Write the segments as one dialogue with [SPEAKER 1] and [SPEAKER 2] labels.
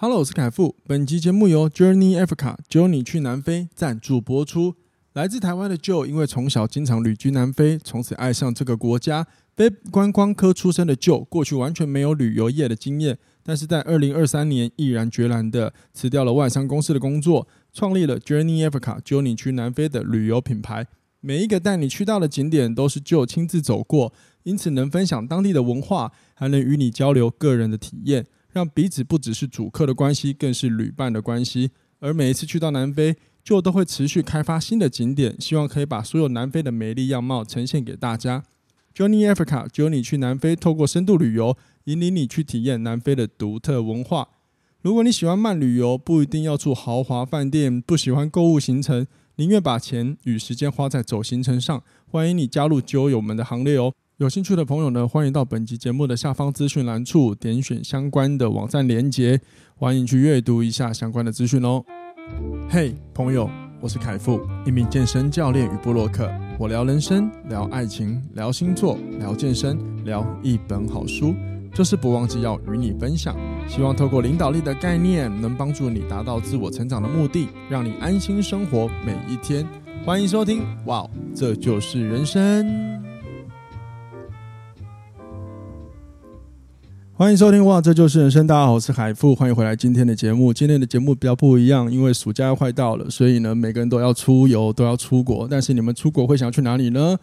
[SPEAKER 1] Hello，我是凯富。本集节目由 Journey Africa 揪你去南非赞助播出。来自台湾的 Joe 因为从小经常旅居南非，从此爱上这个国家。非观光科出身的 Joe 过去完全没有旅游业的经验，但是在2023年毅然决然地辞掉了外商公司的工作，创立了 Journey Africa 揪你去南非的旅游品牌。每一个带你去到的景点都是 Joe 亲自走过，因此能分享当地的文化，还能与你交流个人的体验。让彼此不只是主客的关系，更是旅伴的关系。而每一次去到南非，就都会持续开发新的景点，希望可以把所有南非的美丽样貌呈现给大家。Journey Africa，只有你去南非，透过深度旅游，引领你去体验南非的独特文化。如果你喜欢慢旅游，不一定要住豪华饭店，不喜欢购物行程，宁愿把钱与时间花在走行程上，欢迎你加入酒友们的行列哦。有兴趣的朋友呢，欢迎到本集节目的下方资讯栏处点选相关的网站连接，欢迎去阅读一下相关的资讯哦。嘿、朋友，我是凯富，一名健身教练与布洛克。我聊人生，聊爱情，聊星座，聊健身，聊一本好书，就是不忘记要与你分享。希望透过领导力的概念，能帮助你达到自我成长的目的，让你安心生活每一天。欢迎收听，哇，哦这就是人生。欢迎收听哇，这就是人生。大家好，我是海富，欢迎回来今天的节目。今天的节目比较不一样，因为暑假要快到了，所以呢，每个人都要出游，都要出国。但是你们出国会想要去哪里呢？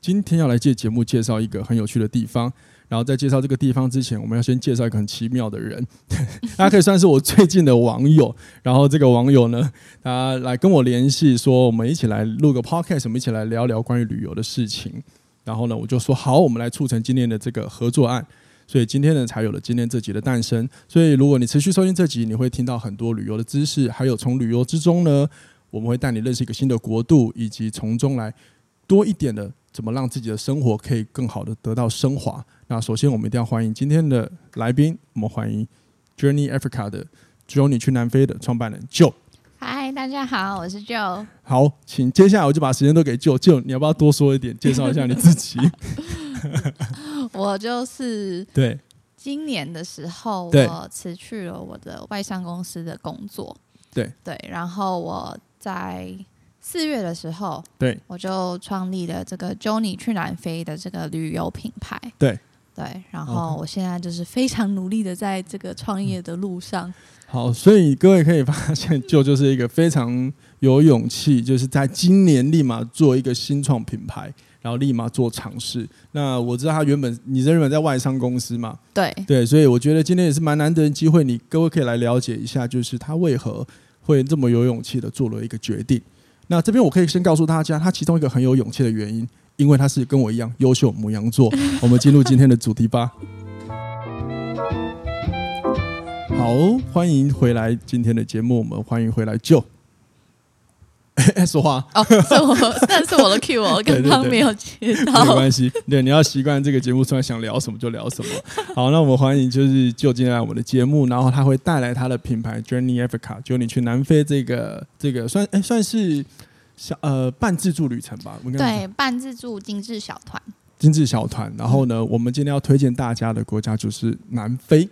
[SPEAKER 1] 今天要来借节目介绍一个很有趣的地方。然后在介绍这个地方之前，我们要先介绍一个很奇妙的人， 他可以算是我最近的网友。然后这个网友呢，他来跟我联系说，我们一起来录个 podcast，我们一起来聊聊关于旅游的事情。然后呢，我就说好，我们来促成今天的这个合作案。所以今天呢，才有了今天这集的诞生。所以如果你持续收听这集，你会听到很多旅游的知识，还有从旅游之中呢，我们会带你认识一个新的国度，以及从中来多一点的怎么让自己的生活可以更好的得到升华。那首先，我们一定要欢迎今天的来宾，我们欢迎 Journey Africa 的只有你去南非的创办人 Joe。
[SPEAKER 2] 嗨，大家好，我是 Joe。
[SPEAKER 1] 好，请接下来我就把时间都给 Joe。Joe，你要不要多说一点，介绍一下你自己？
[SPEAKER 2] 我就是
[SPEAKER 1] 对，
[SPEAKER 2] 今年的时候，
[SPEAKER 1] 对
[SPEAKER 2] 我辞去了我的外商公司的工作。
[SPEAKER 1] 对
[SPEAKER 2] 对，然后我在四月的时候，
[SPEAKER 1] 对，
[SPEAKER 2] 我就创立了这个 Johnny 去南非的这个旅游品牌。
[SPEAKER 1] 对
[SPEAKER 2] 对，然后
[SPEAKER 1] OK
[SPEAKER 2] 我现在就是非常努力的在这个创业的路上。
[SPEAKER 1] 嗯好，所以各位可以发现，就就是一个非常有勇气，就是在今年立马做一个新创品牌，然后立马做尝试。那我知道他原本你在原本在外商公司嘛，
[SPEAKER 2] 对，
[SPEAKER 1] 对，所以我觉得今天也是蛮难得的机会，你各位可以来了解一下，就是他为何会这么有勇气的做了一个决定。那这边我可以先告诉大家，他其中一个很有勇气的原因，因为他是跟我一样优秀母羊座。我们进入今天的主题吧。好，欢迎回来今天的节目，我们欢迎回来就。 说话
[SPEAKER 2] 哦，是 我，那是我的 Q，我
[SPEAKER 1] 对对对
[SPEAKER 2] 刚刚没有接
[SPEAKER 1] 没
[SPEAKER 2] 到。
[SPEAKER 1] 关系，对，你要习惯这个节目，突然想聊什么就聊什么。好，那我们欢迎就是就进来我们的节目，然后他会带来他的品牌 Journey Africa，就你去南非这个这个算哎算是小呃半自助旅程吧，我跟你讲
[SPEAKER 2] 对，半自助精致小团。
[SPEAKER 1] 精致小团。然后呢，我们今天要推荐大家的国家就是南非。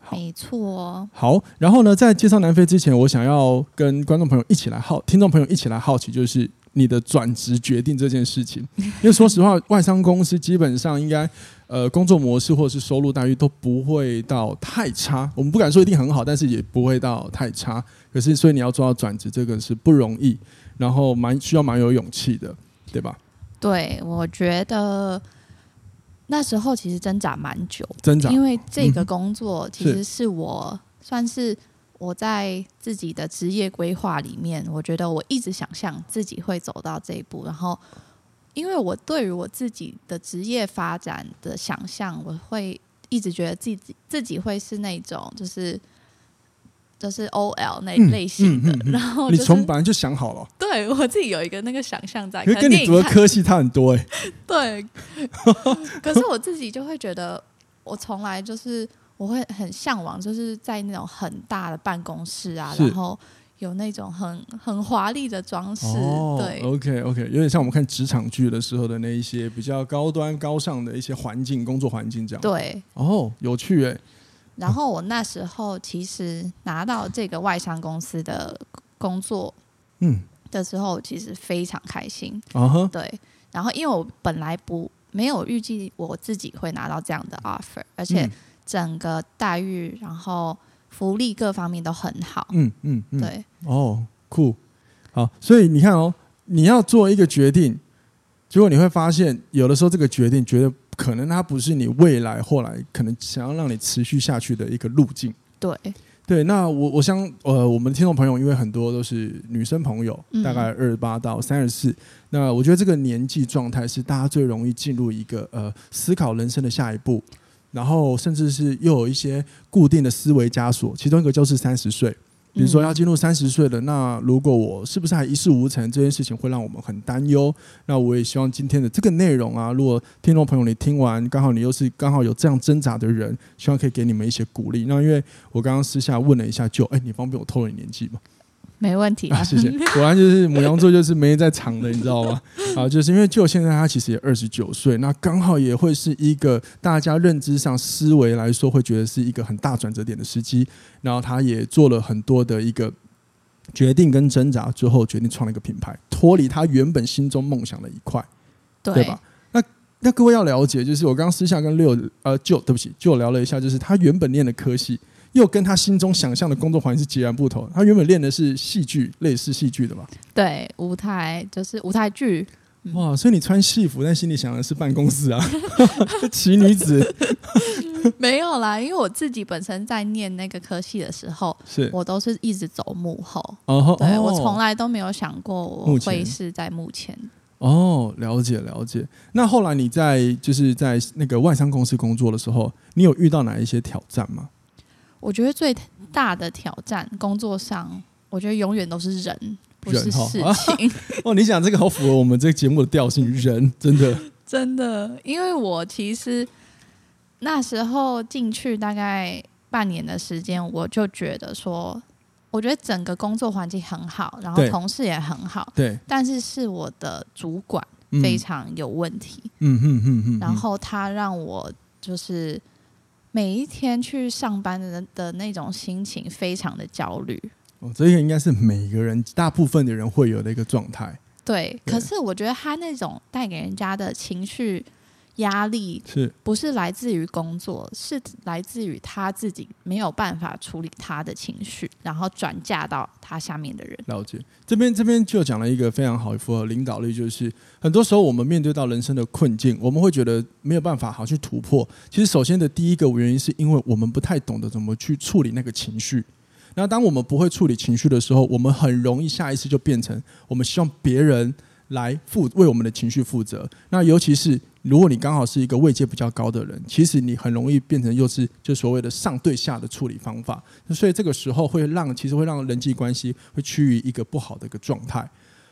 [SPEAKER 1] 好
[SPEAKER 2] 没错，哦
[SPEAKER 1] 好，然后呢，在介绍南非之前，我想要跟观众朋友一起来好，听众朋友一起来好奇，就是你的转职决定这件事情。 因为说实话，外商公司基本上应该，呃，工作模式或者是收入待遇都不会到太差。我们不敢说一定很好，但是也不会到太差。可是，所以你要做到转职，这个是不容易，然后蛮需要蛮有勇气的，对吧？
[SPEAKER 2] 对，我觉得那时候其实挣扎蛮久，
[SPEAKER 1] 增长
[SPEAKER 2] 因为这
[SPEAKER 1] 嗯
[SPEAKER 2] 个工作其实是我算是我在自己的职业规划里面，我觉得我一直想象自己会走到这一步，然后。因为我对于我自己的职业发展的想象，我会一直觉得自己自己会是那种就是就是 OL 那
[SPEAKER 1] 嗯
[SPEAKER 2] 类型的，
[SPEAKER 1] 嗯嗯嗯
[SPEAKER 2] 然后、
[SPEAKER 1] 你
[SPEAKER 2] 就是、
[SPEAKER 1] 从本来就想好了，
[SPEAKER 2] 对我自己有一个那个想象在，
[SPEAKER 1] 可是
[SPEAKER 2] 能
[SPEAKER 1] 跟
[SPEAKER 2] 电
[SPEAKER 1] 你
[SPEAKER 2] 影
[SPEAKER 1] 读的
[SPEAKER 2] 啊看
[SPEAKER 1] 科系差很多哎、
[SPEAKER 2] 对， 可是我自己就会觉得，我从来就是我会很向往，就是在那种很大的办公室啊，
[SPEAKER 1] 是
[SPEAKER 2] 然后有那种很很华丽的装饰，对
[SPEAKER 1] o k OK，有哦点像我们看职场剧的时候的那一些比较高端高尚的一些环境，工作环境这样。
[SPEAKER 2] 对，
[SPEAKER 1] 哦，有趣哎、
[SPEAKER 2] 然后我那时候其实拿到这个外商公司的工作
[SPEAKER 1] 嗯，
[SPEAKER 2] 的时候，其实非常开心。
[SPEAKER 1] 啊哈，
[SPEAKER 2] 对，然后因为我本来不没有预计我自己会拿到这样的 offer，而且
[SPEAKER 1] 嗯
[SPEAKER 2] 整个待遇，然后福利各方面都很好。
[SPEAKER 1] 嗯嗯嗯，
[SPEAKER 2] 对，
[SPEAKER 1] 哦，酷，好，所以你看哦，你要做一个决定，结果你会发现，有的时候这个决定觉得可能它不是你未来后来可能想要让你持续下去的一个路径。
[SPEAKER 2] 对，
[SPEAKER 1] 对，那我我想，呃，我们听众朋友因为很多都是女生朋友，
[SPEAKER 2] 嗯
[SPEAKER 1] 大概二十八到三十四，那我觉得这个年纪状态是大家最容易进入一个呃思考人生的下一步，然后甚至是又有一些固定的思维枷锁，其中一个就是三十岁。比如说
[SPEAKER 2] 嗯
[SPEAKER 1] 要进入三十岁了，那如果我是不是还一事无成，这件事情会让我们很担忧。那我也希望今天的这个内容啊，如果听众朋友你听完，刚好你又是刚好有这样挣扎的人，希望可以给你们一些鼓励。那因为我刚刚私下问了一下就，哎，你方便我透露你年纪吗？
[SPEAKER 2] 没问题、
[SPEAKER 1] 啊，谢谢。果然就是母羊座就是没在藏的，你知道吗？啊，就是因为就现在他其实也二十九岁，那刚好也会是一个大家认知上思维来说会觉得是一个很大转折点的时机。然后他也做了很多的一个决定跟挣扎，最后决定创了一个品牌，脱离他原本心中梦想的一块。
[SPEAKER 2] 对
[SPEAKER 1] 对吧？那那各位要了解，就是我刚刚私下跟六呃就对不起就聊了一下，就是他原本念的科系，又跟他心中想象的工作环境是截然不同。他原本练的是戏剧，类似戏剧的嘛，
[SPEAKER 2] 对，舞台就是舞 台剧，嗯
[SPEAKER 1] 哇！所以你穿戏服，但心里想的是办公室 啊， 奇女子
[SPEAKER 2] 没有啦，因为我自己本身在念那个科系的时候，
[SPEAKER 1] 是
[SPEAKER 2] 我都是一直走幕后，
[SPEAKER 1] 哦
[SPEAKER 2] 对、我从
[SPEAKER 1] 来
[SPEAKER 2] 来都没有想过我
[SPEAKER 1] 幕前
[SPEAKER 2] 会是在幕前。
[SPEAKER 1] 哦了解了解。那后来你在就是在那个外商公司工作的时候，你有遇到哪一些挑战吗？
[SPEAKER 2] 我觉得最大的挑战，工作上，我觉得永远都是人，不是
[SPEAKER 1] 人哦
[SPEAKER 2] 事情。
[SPEAKER 1] 哦，你讲这个好符合我们这个节目的调性，人真的
[SPEAKER 2] 真的，因为我其实那时候进去大概半年的时间，我就觉得说，我觉得整个工作环境很好，然后
[SPEAKER 1] 对
[SPEAKER 2] 同事也很好，
[SPEAKER 1] 对，
[SPEAKER 2] 但是是我的主管
[SPEAKER 1] 嗯
[SPEAKER 2] 非常有问题，
[SPEAKER 1] 嗯嗯嗯嗯，
[SPEAKER 2] 然后他让我就是。每一天去上班的的那种心情非常的焦虑，
[SPEAKER 1] 哦，这个应该是每个人大部分的人会有的一个状态，
[SPEAKER 2] 对。
[SPEAKER 1] 对
[SPEAKER 2] 可是我觉得他那种带给人家的情绪压力
[SPEAKER 1] 是
[SPEAKER 2] 不是来自于工作，是来自于他自己没有办法处理他的情绪，然后转嫁到他下面的人。
[SPEAKER 1] 了解。这边这边就讲了一个非常好符合领导力，就是很多时候我们面对到人生的困境，我们会觉得没有办法好去突破。其实首先的第一个原因是因为我们不太懂得怎么去处理那个情绪。那当我们不会处理情绪的时候，我们很容易下意识就变成我们希望别人来负为我们的情绪负责。那尤其是如果你刚好是一个位阶比较高的人，其实你很容易变成又是就所谓的上对下的处理方法，所以这个时候会让其实会让人际关系会趋于一个不好的一个状态。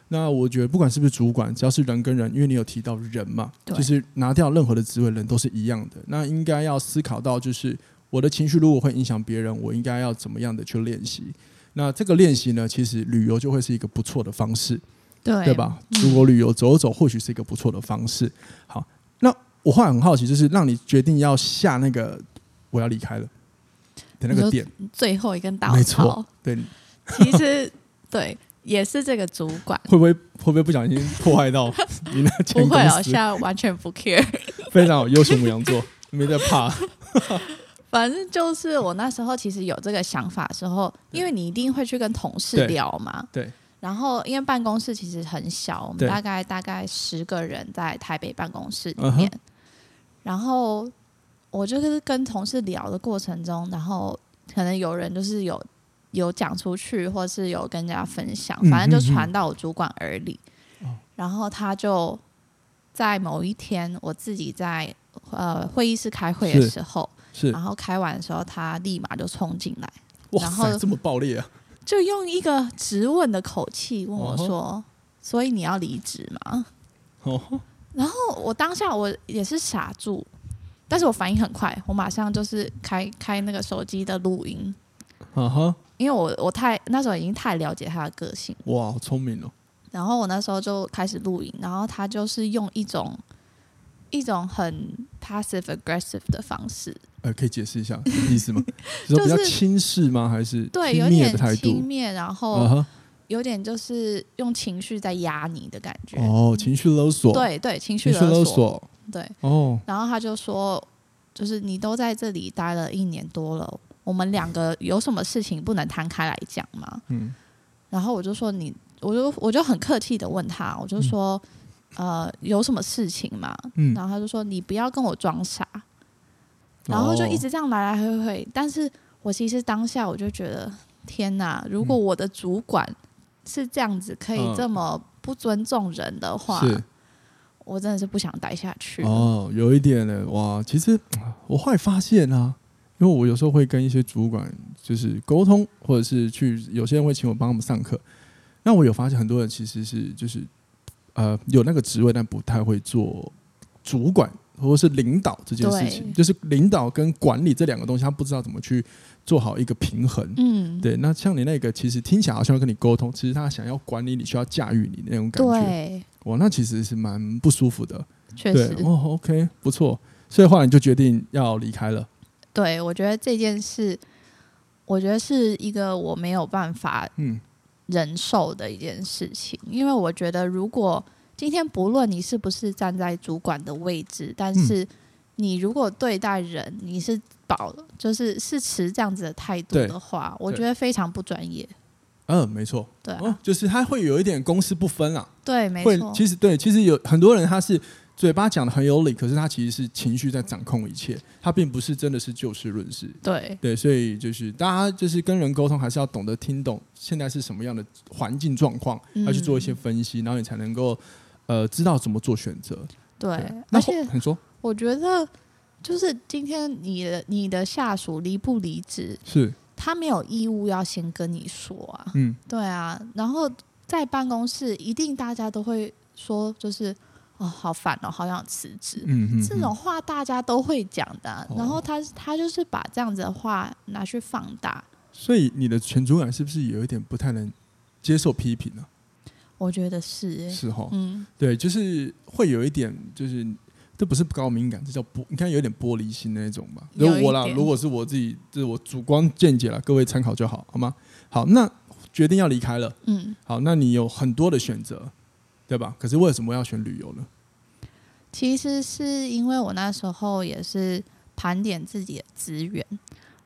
[SPEAKER 1] 那我觉得不管是不是主管，只要是人跟人，因为你有提到人嘛，
[SPEAKER 2] 对
[SPEAKER 1] 就是拿掉任何的职位，人都是一样的。那应该要思考到，就是我的情绪如果会影响别人，我应该要怎么样的去练习。那这个练习呢，其实旅游就会是一个不错的方式。
[SPEAKER 2] 对嗯
[SPEAKER 1] 对？吧？出国旅游走走，或许是一个不错的方式。好，那我后来很好奇，就是让你决定要下那个我要离开了的那
[SPEAKER 2] 你
[SPEAKER 1] 个
[SPEAKER 2] 说
[SPEAKER 1] 点，
[SPEAKER 2] 最后一根稻
[SPEAKER 1] 没
[SPEAKER 2] 草
[SPEAKER 1] 错，对，
[SPEAKER 2] 其实对，也是这个主管。
[SPEAKER 1] 会不会会不会不小心破坏 到你那间
[SPEAKER 2] 不会
[SPEAKER 1] 公
[SPEAKER 2] 哦，
[SPEAKER 1] 司
[SPEAKER 2] 现？在完全不 care。
[SPEAKER 1] 非常好，优秀母羊 座，没在怕。
[SPEAKER 2] 反正就是我那时候其实有这个想法的时候，因为你一定会去跟同事
[SPEAKER 1] 对
[SPEAKER 2] 聊嘛。
[SPEAKER 1] 对。
[SPEAKER 2] 然后因为办公室其实很小，我们
[SPEAKER 1] 对
[SPEAKER 2] 大概大概十个人在台北办公室里
[SPEAKER 1] 嗯哼
[SPEAKER 2] 面。然后我就是跟同事聊的过程中，然后可能有人就是有有讲出去，或是有跟人家分享，
[SPEAKER 1] 嗯
[SPEAKER 2] 反正就
[SPEAKER 1] 嗯嗯哦
[SPEAKER 2] 传到我主管耳里。然后他就在某一天，我自己在呃会议室开会的
[SPEAKER 1] 是
[SPEAKER 2] 时候，
[SPEAKER 1] 是
[SPEAKER 2] 然，后开完的时候，他立马就冲进来，
[SPEAKER 1] 哇
[SPEAKER 2] 啊然后
[SPEAKER 1] 塞，这么暴烈啊！
[SPEAKER 2] 就用一个质问的口气问我
[SPEAKER 1] 哦吼
[SPEAKER 2] 说：“所以你要离职吗
[SPEAKER 1] 哦，？”
[SPEAKER 2] 然后我当下我也是傻住，但是我反应很快，我马上就是开开那个手机的录音，
[SPEAKER 1] 啊哈，
[SPEAKER 2] 因为我我太那时候已经太了解他的个性，
[SPEAKER 1] 哇，好聪明哦！
[SPEAKER 2] 然后我那时候就开始录音，然后他就是用一种一种很 passive aggressive 的方式，
[SPEAKER 1] 呃，可以解释一下什么意思 吗？是说比较
[SPEAKER 2] 就是
[SPEAKER 1] 轻视吗？还是
[SPEAKER 2] 对，
[SPEAKER 1] 轻
[SPEAKER 2] 有
[SPEAKER 1] 蔑的
[SPEAKER 2] 点
[SPEAKER 1] 态
[SPEAKER 2] 轻
[SPEAKER 1] 度？
[SPEAKER 2] 蔑，然
[SPEAKER 1] 啊
[SPEAKER 2] 后
[SPEAKER 1] 哈，
[SPEAKER 2] 有点就是用情绪在压你的感觉。
[SPEAKER 1] 哦，情绪勒索，，
[SPEAKER 2] 对对，情绪
[SPEAKER 1] 情绪勒
[SPEAKER 2] 勒
[SPEAKER 1] 索，
[SPEAKER 2] 对，
[SPEAKER 1] 哦，
[SPEAKER 2] 然后他就说，就是你都在这里待了一年多了，我们两个有什么事情不能摊开来讲吗？
[SPEAKER 1] 嗯，
[SPEAKER 2] 然后我就说你，我就我就很客气的问他，我就说，呃，有什么事情吗？
[SPEAKER 1] 嗯
[SPEAKER 2] 然后他就说你不要跟我装傻，然
[SPEAKER 1] 哦
[SPEAKER 2] 后就一直这样来来回回。但是我其实当下我就觉得，天哪！如果我的主管是这样子，可以
[SPEAKER 1] 嗯
[SPEAKER 2] 这么不尊重人的话，
[SPEAKER 1] 是
[SPEAKER 2] 我真的是不想待下去。
[SPEAKER 1] 哦，有一点呢，哇，其实我后来发现啊，因为我有时候会跟一些主管就是沟通，或者是去有些人会请我帮他们上课，那我有发现很多人其实是就是呃有那个职位，但不太会做主管或是领导这件事情，
[SPEAKER 2] 对
[SPEAKER 1] 就是领导跟管理这两个东西，他不知道怎么去做好一个平衡。
[SPEAKER 2] 嗯，
[SPEAKER 1] 对，那像你那个，其实听起来好像要跟你沟通，其实他想要管理你，需要驾驭你那种感觉，
[SPEAKER 2] 对，
[SPEAKER 1] 哇，那其实是蛮不舒服的。
[SPEAKER 2] 确
[SPEAKER 1] 对
[SPEAKER 2] 实，
[SPEAKER 1] 哦，OK，不错。所以后来你就决定要离开了。
[SPEAKER 2] 对我觉得这件事，我觉得是一个我没有办法
[SPEAKER 1] 嗯
[SPEAKER 2] 忍受的一件事情，因为我觉得如果今天不论你是不是站在主管的位置，但
[SPEAKER 1] 嗯
[SPEAKER 2] 是你如果对待人你是保就是是持这样子的态度
[SPEAKER 1] 对
[SPEAKER 2] 的话，我觉得非常不专业。
[SPEAKER 1] 嗯，没错。
[SPEAKER 2] 对啊、
[SPEAKER 1] 哦，就是他会有一点公私不分啦，
[SPEAKER 2] 对，没
[SPEAKER 1] 会
[SPEAKER 2] 错，
[SPEAKER 1] 其实对，其实有很多人他是嘴巴讲的很有理，可是他其实是情绪在掌控一切，他并不是真的是就事论事。
[SPEAKER 2] 对
[SPEAKER 1] 对，所以就是大家就是跟人沟通，还是要懂得听懂现在是什么样的环境状况，
[SPEAKER 2] 嗯
[SPEAKER 1] 要去做一些分析，然后你才能够呃知道怎么做选择。
[SPEAKER 2] 对，
[SPEAKER 1] 那
[SPEAKER 2] 而
[SPEAKER 1] 后
[SPEAKER 2] 且
[SPEAKER 1] 你说
[SPEAKER 2] 我觉得就是今天你的你的下属离不离职，
[SPEAKER 1] 是
[SPEAKER 2] 他没有义务要先跟你说啊。
[SPEAKER 1] 嗯
[SPEAKER 2] 对啊，然后在办公室一定大家都会说，就是哦，好烦哦，好想辞职。
[SPEAKER 1] 嗯嗯，
[SPEAKER 2] 这种话大家都会讲的啊、
[SPEAKER 1] 哦
[SPEAKER 2] 然后他他就是把这样子的话拿去放大，
[SPEAKER 1] 所以你的前主管是不是有一点不太能接受批评呢、
[SPEAKER 2] 我觉得是、欸，
[SPEAKER 1] 是哈，
[SPEAKER 2] 嗯，
[SPEAKER 1] 对，就是会有一点，就是这不是高敏感，这叫玻，应该有点玻璃心那种吧。如
[SPEAKER 2] 有一
[SPEAKER 1] 果我啦，
[SPEAKER 2] 点
[SPEAKER 1] 如果是我自己，这是我主观见解啦，各位参考就好，好吗？好，那决定要离开了，
[SPEAKER 2] 嗯，
[SPEAKER 1] 好，那你有很多的选择，对吧？可是为什么要选旅游呢？
[SPEAKER 2] 其实是因为我那时候也是盘点自己的资源，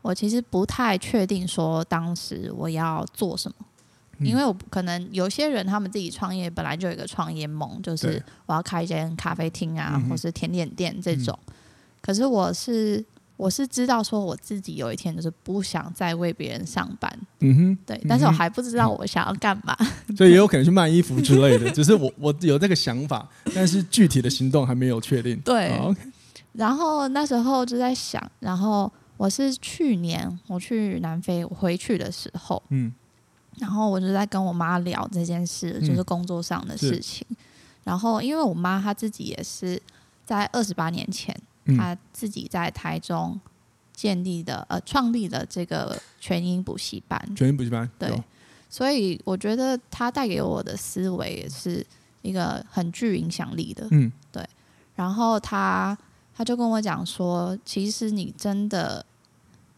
[SPEAKER 2] 我其实不太确定说当时我要做什么。
[SPEAKER 1] 嗯
[SPEAKER 2] 因为我不可能有些人他们自己创业本来就有一个创业梦，就是
[SPEAKER 1] 对
[SPEAKER 2] 我要开一间咖啡厅啊，
[SPEAKER 1] 嗯哼嗯
[SPEAKER 2] 或是甜点店这种。可是我是我是知道说我自己有一天就是不想再为别人上班，
[SPEAKER 1] 嗯
[SPEAKER 2] 对，但是我还不知道我想要干 嘛。
[SPEAKER 1] 哼，所以也有可能去卖衣服之类的，只 是我我有这个想法，但是具体的行动还没有确定。
[SPEAKER 2] 对
[SPEAKER 1] 好，OK，
[SPEAKER 2] 然后那时候就在想，然后我是去年我去南非我回去的时候，
[SPEAKER 1] 嗯
[SPEAKER 2] 然后我就在跟我妈聊这件事，
[SPEAKER 1] 嗯
[SPEAKER 2] 就是工作上的事情。然后因为我妈她自己也是在二十八年前，
[SPEAKER 1] 嗯
[SPEAKER 2] 她自己在台中建立的呃创立了这个全英补习班，
[SPEAKER 1] 全英补习班
[SPEAKER 2] 对
[SPEAKER 1] 有
[SPEAKER 2] 所以我觉得她带给我的思维也是一个很具影响力的。
[SPEAKER 1] 嗯
[SPEAKER 2] 然后她她就跟我讲说，其实你真的。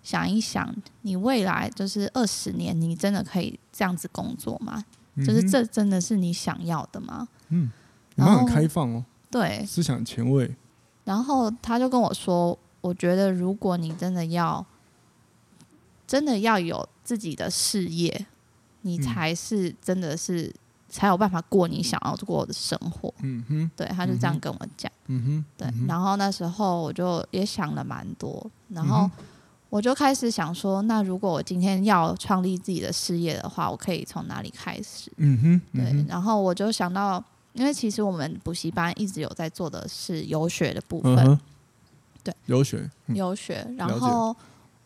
[SPEAKER 2] 想一想，你未来就是二十年，你真的可以这样子工作吗？
[SPEAKER 1] 嗯
[SPEAKER 2] 就是
[SPEAKER 1] 哼
[SPEAKER 2] 这真的是你想要的吗？
[SPEAKER 1] 嗯，你
[SPEAKER 2] 然
[SPEAKER 1] 妈很
[SPEAKER 2] 后
[SPEAKER 1] 开放哦，
[SPEAKER 2] 对，
[SPEAKER 1] 思想前卫，
[SPEAKER 2] 然后他就跟我说，我觉得如果你真的要，真的要有自己的事业，你
[SPEAKER 1] 嗯
[SPEAKER 2] 才是真的是才有办法过你想要过的生活。
[SPEAKER 1] 嗯哼，
[SPEAKER 2] 对，他就这
[SPEAKER 1] 嗯
[SPEAKER 2] 样
[SPEAKER 1] 哼
[SPEAKER 2] 跟我讲。
[SPEAKER 1] 嗯哼，
[SPEAKER 2] 对
[SPEAKER 1] 嗯，哼
[SPEAKER 2] 然后那时候我就也想了蛮多，然
[SPEAKER 1] 嗯
[SPEAKER 2] 后
[SPEAKER 1] 哼
[SPEAKER 2] 我就开始想说，那如果我今天要创立自己的事业的话，我可以从哪里开始？
[SPEAKER 1] 嗯哼，嗯
[SPEAKER 2] 对
[SPEAKER 1] 哼，
[SPEAKER 2] 然后我就想到，因为其实我们补习班一直有在做的是游学的部分，
[SPEAKER 1] 嗯哼，
[SPEAKER 2] 对，
[SPEAKER 1] 游学，嗯
[SPEAKER 2] 游学，
[SPEAKER 1] 了解
[SPEAKER 2] 然后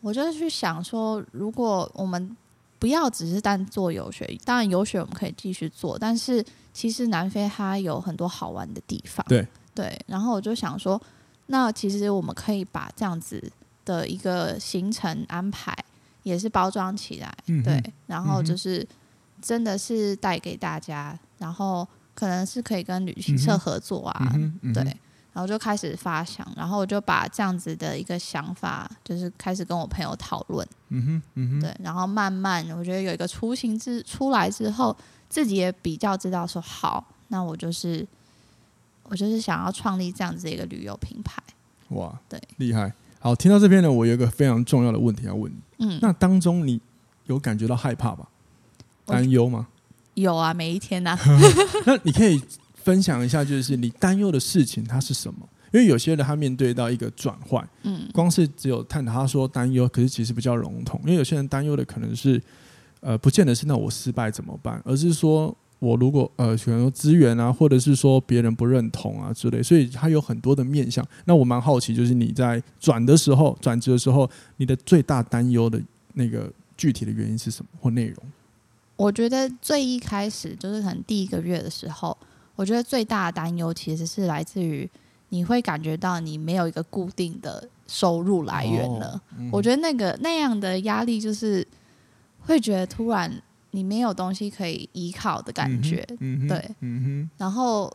[SPEAKER 2] 我就去想说，如果我们不要只是单做游学，当然游学我们可以继续做，但是其实南非它有很多好玩的地方，
[SPEAKER 1] 对
[SPEAKER 2] 对，然后我就想说，那其实我们可以把这样子的一个行程安排也是包装起来，
[SPEAKER 1] 嗯哼
[SPEAKER 2] 对，然后
[SPEAKER 1] 嗯哼
[SPEAKER 2] 就是真的是带给大家，然后可能是可以跟旅行
[SPEAKER 1] 嗯
[SPEAKER 2] 社
[SPEAKER 1] 哼
[SPEAKER 2] 合作啊，
[SPEAKER 1] 嗯哼，嗯哼
[SPEAKER 2] 对，然后就开始发想，然后我就把这样子的一个想法，就是开始跟我朋友讨论，
[SPEAKER 1] 嗯哼，嗯哼，
[SPEAKER 2] 对，然后慢慢我觉得有一个雏形之出来之后，自己也比较知道说好，那我就是我就是想要创立这样子的一个旅游品牌，
[SPEAKER 1] 哇，
[SPEAKER 2] 对，
[SPEAKER 1] 厉害。好，听到这边呢，我有一个非常重要的问题要问你。
[SPEAKER 2] 嗯，
[SPEAKER 1] 那当中你有感觉到害怕吧？
[SPEAKER 2] 我
[SPEAKER 1] 担忧吗？
[SPEAKER 2] 有啊，每一天呐、
[SPEAKER 1] 那你可以分享一下，就是你担忧的事情它是什么？因为有些人他面对到一个转换，
[SPEAKER 2] 嗯
[SPEAKER 1] 光是只有探讨他说担忧，可是其实比较笼统，因为有些人担忧的可能是，呃，不见得是那我失败怎么办，而是说我如果呃，比如说资源啊，或者是说别人不认同啊之类，所以他有很多的面向。那我蛮好奇，就是你在转的时候，转职的时候，你的最大担忧的那个具体的原因是什么或内容？
[SPEAKER 2] 我觉得最一开始就是可能第一个月的时候，我觉得最大的担忧其实是来自于你会感觉到你没有一个固定的收入来源了。
[SPEAKER 1] 嗯
[SPEAKER 2] 我觉得那个那样的压力就是会觉得突然你没有东西可以依靠的感觉，
[SPEAKER 1] 嗯哼，嗯哼
[SPEAKER 2] 对，
[SPEAKER 1] 嗯哼。
[SPEAKER 2] 然后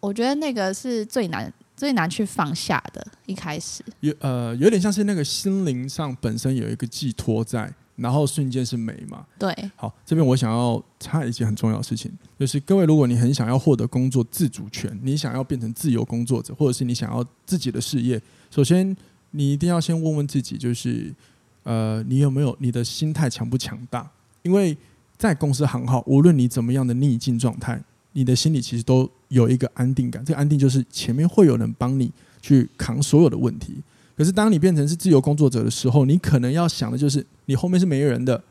[SPEAKER 2] 我觉得那个是最难最难去放下的。一开始，
[SPEAKER 1] 有呃，有点像是那个心灵上本身有一个寄托在，然后瞬间是没嘛。
[SPEAKER 2] 对，
[SPEAKER 1] 好，这边我想要插一件很重要的事情，就是各位，如果你很想要获得工作自主权，你想要变成自由工作者，或者是你想要自己的事业，首先你一定要先问问自己，就是呃，你有没有你的心态强不强大？因为在公司行号，无论你怎么样的逆境状态，你的心里其实都有一个安定感。这个安定就是前面会有人帮你去扛所有的问题。可是当你变成是自由工作者的时候，你可能要想的就是你后面是没人的，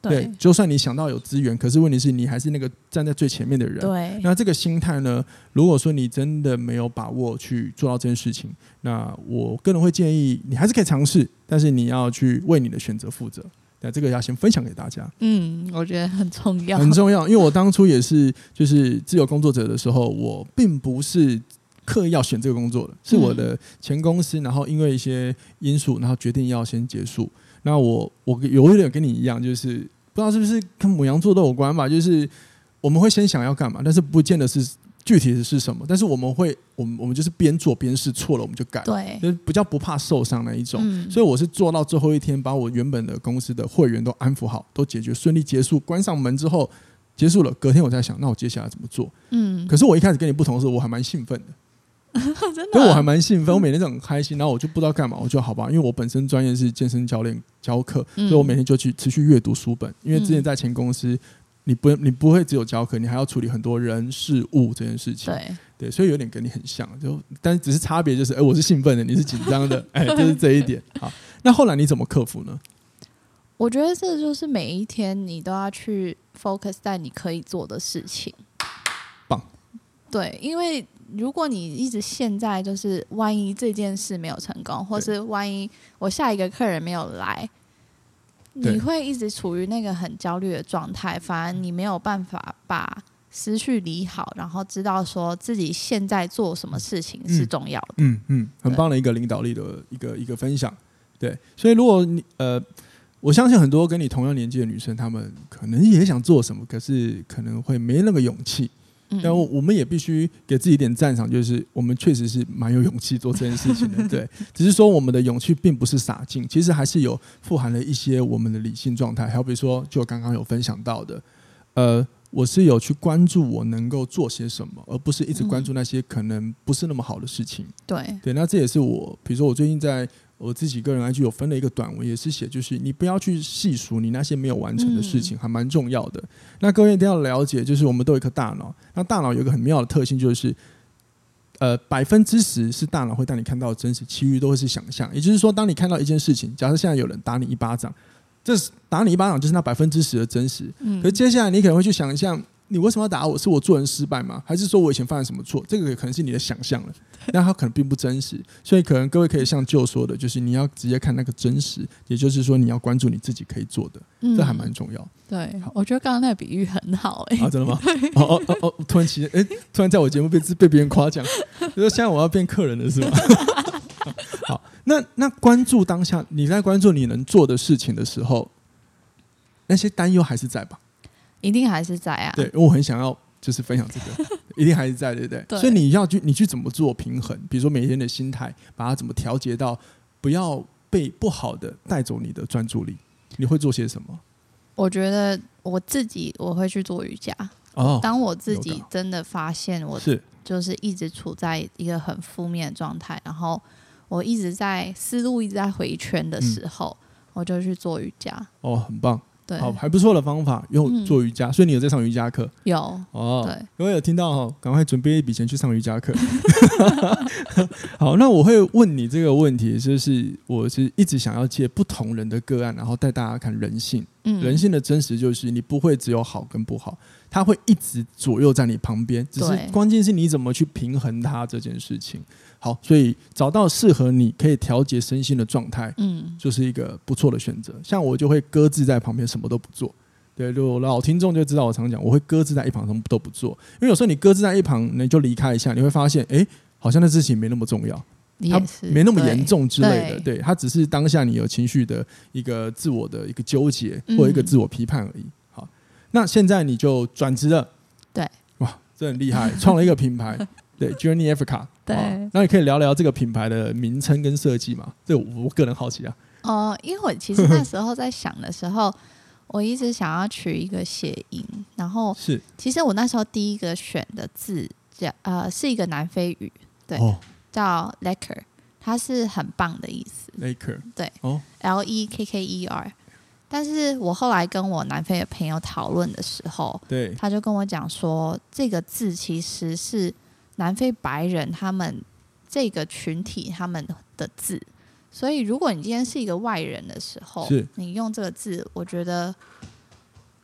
[SPEAKER 1] 对，
[SPEAKER 2] 对，
[SPEAKER 1] 就算你想到有资源，可是问题是你还是那个站在最前面的人。
[SPEAKER 2] 对，
[SPEAKER 1] 那这个心态呢？如果说你真的没有把握去做到这件事情，那我个人会建议你还是可以尝试，但是你要去为你的选择负责。那这个要先分享给大家，
[SPEAKER 2] 嗯，我觉得很重要，
[SPEAKER 1] 很重要。因为我当初也是就是自由工作者的时候，我并不是刻意要选这个工作的，是我
[SPEAKER 2] 嗯
[SPEAKER 1] 的前公司，然后因为一些因素，然后决定要先结束。那我我有一点跟你一样，就是不知道是不是跟母羊座都有关吧，就是我们会先想要干嘛，但是不见得是具体是什么，但是我们会我们我们就是边做边试，错了我们就改，
[SPEAKER 2] 对，
[SPEAKER 1] 就是比较不怕受伤那一种。
[SPEAKER 2] 嗯，
[SPEAKER 1] 所以我是做到最后一天，把我原本的公司的会员都安抚好，都解决顺利结束，关上门之后结束了。隔天我在想，那我接下来怎么做？
[SPEAKER 2] 嗯，
[SPEAKER 1] 可是我一开始跟你不同的是，我还蛮兴奋的，
[SPEAKER 2] 真
[SPEAKER 1] 所以我还
[SPEAKER 2] 的，啊
[SPEAKER 1] 蛮兴奋，我每天都很开心，然后我就不知道干嘛，我就好吧，因为我本身专业是健身教练教课，
[SPEAKER 2] 嗯
[SPEAKER 1] 所以我每天就去持续阅读书本，因为之前在前公司。你
[SPEAKER 2] 嗯
[SPEAKER 1] 不你不会只有教课，你还要处理很多人事物这件事情。
[SPEAKER 2] 对。
[SPEAKER 1] 对，所以有点跟你很像，就但只是差别就是，哎、我是兴奋的，你是紧张的，哎、就是这一点。好，那后来你怎么克服呢？
[SPEAKER 2] 我觉得这就是每一天你都要去 focus 在你可以做的事情。
[SPEAKER 1] 棒。
[SPEAKER 2] 对，因为如果你一直现在就是，万一这件事没有成功，或是万一我下一个客人没有来，
[SPEAKER 1] 对
[SPEAKER 2] 你会一直处于那个很焦虑的状态，反而你没有办法把思绪理好，然后知道说自己现在做什么事情是
[SPEAKER 1] 嗯
[SPEAKER 2] 重要的。
[SPEAKER 1] 嗯嗯，很
[SPEAKER 2] 对
[SPEAKER 1] 棒的一个领导力的一个一个分享。对，所以如果你呃，我相信很多跟你同样年纪的女生，她们可能也想做什么，可是可能会没那个勇气。
[SPEAKER 2] 嗯，
[SPEAKER 1] 但我我们也必须给自己一点赞赏，就是我们确实是蛮有勇气做这件事情的，对。只是说我们的勇气并不是洒劲，其实还是有富含了一些我们的理性状态。好比说，就刚刚有分享到的，呃，我是有去关注我能够做些什么，而不是一直关注那些可能不是那么好的事情。
[SPEAKER 2] 对，
[SPEAKER 1] 对，那这也是我，比如说我最近在我自己个人 IG 有分了一个短文，也是写就是你不要去细数你那些没有完成的事情，还蛮重要的。那各位一定要了解，就是我们都有一颗大脑，那大脑有一个很妙的特性就是。呃，百分之十是大脑会带你看到的真实，其余都会是想象。也就是说，当你看到一件事情，假设现在有人打你一巴掌，这是打你一巴掌就是那百分之十的真实，
[SPEAKER 2] 嗯
[SPEAKER 1] 可是，接下来你可能会去想象，你为什么要打我？是我做人失败吗？还是说我以前犯了什么错？这个可能是你的想象了，那它可能并不真实。所以，可能各位可以像舅说的，就是你要直接看那个真实，也就是说你要关注你自己可以做的，这还蛮
[SPEAKER 2] 嗯
[SPEAKER 1] 重要。
[SPEAKER 2] 对。我觉得刚刚那个比喻很好、欸，
[SPEAKER 1] 啊，真的吗？ 哦哦哦哦！突然奇，哎、突然在我节目被自被别人夸奖，就说现在我要变客人了，是吗？好，那那关注当下，你在关注你能做的事情的时候，那些担忧还是在吧？
[SPEAKER 2] 一定还是在啊。
[SPEAKER 1] 对，因为我很想要就是分享这个，一定还是在，对不对？
[SPEAKER 2] 对
[SPEAKER 1] 所以你要去，你去怎么做平衡？比如说每天的心态，把它怎么调节到不要被不好的带走你的专注力？你会做些什么？
[SPEAKER 2] 我觉得我自己我会去做瑜伽。
[SPEAKER 1] 哦，
[SPEAKER 2] 当我自
[SPEAKER 1] 有
[SPEAKER 2] 己
[SPEAKER 1] 道
[SPEAKER 2] 真的发现我
[SPEAKER 1] 是
[SPEAKER 2] 就是一直处在一个很负面的状态，然后我一直在思路一直在回圈的时候，我就去做瑜伽。
[SPEAKER 1] 哦，很棒，
[SPEAKER 2] 对，
[SPEAKER 1] 嗯好，还不错的方法，用
[SPEAKER 2] 嗯
[SPEAKER 1] 做瑜伽。所以你有在上瑜伽课
[SPEAKER 2] 有
[SPEAKER 1] 哦？
[SPEAKER 2] 对，
[SPEAKER 1] 各位有听到哦，赶快准备一笔钱去上瑜伽课。 好，那我会问你这个问题，就是我是一直想要借不同人的个案，然后带大家看人性。
[SPEAKER 2] 嗯，
[SPEAKER 1] 人性的真实就是你不会只有好跟不好，它会一直左右在你旁边，只是
[SPEAKER 2] 对
[SPEAKER 1] 关键是你怎么去平衡它这件事情。好，所以找到适合你可以调节身心的状态，
[SPEAKER 2] 嗯，
[SPEAKER 1] 就是一个不错的选择。像我就会搁置在旁边，什么都不做。对，就老听众就知道我常讲，我会搁置在一旁，什么都不做。因为有时候你搁置在一旁，你就离开一下，你会发现，诶，好像那事情没那么重要，它
[SPEAKER 2] 也是
[SPEAKER 1] 没那么严，重之类的。
[SPEAKER 2] 对
[SPEAKER 1] 对，它只是当下你有情绪的一个自我的一个纠结
[SPEAKER 2] 嗯
[SPEAKER 1] 或一个自我批判而已。好，那现在你就转职了，
[SPEAKER 2] 对，
[SPEAKER 1] 哇，这很厉害，创了一个品 牌。对，Journey Africa，
[SPEAKER 2] 对
[SPEAKER 1] 哇那你可以聊聊这个品牌的名称跟设计嘛？这我个人好奇啊。
[SPEAKER 2] 对呃，因为我其实那时候在想的时候，我一直想要取一个谐音，然后
[SPEAKER 1] 是，
[SPEAKER 2] 其实我那时候第一个选的字叫呃是一个南非语对
[SPEAKER 1] 哦
[SPEAKER 2] 叫 lecker，它是很棒的意思
[SPEAKER 1] Laker，
[SPEAKER 2] 对
[SPEAKER 1] 哦，
[SPEAKER 2] ，L E K K E R。但是我后来跟我南非的朋友讨论的时候，
[SPEAKER 1] 对，
[SPEAKER 2] 他就跟我讲说，这个字其实是南非白人他们这个群体他们的字，所以如果你今天是一个外人的时候
[SPEAKER 1] 是，
[SPEAKER 2] 你用这个字，我觉得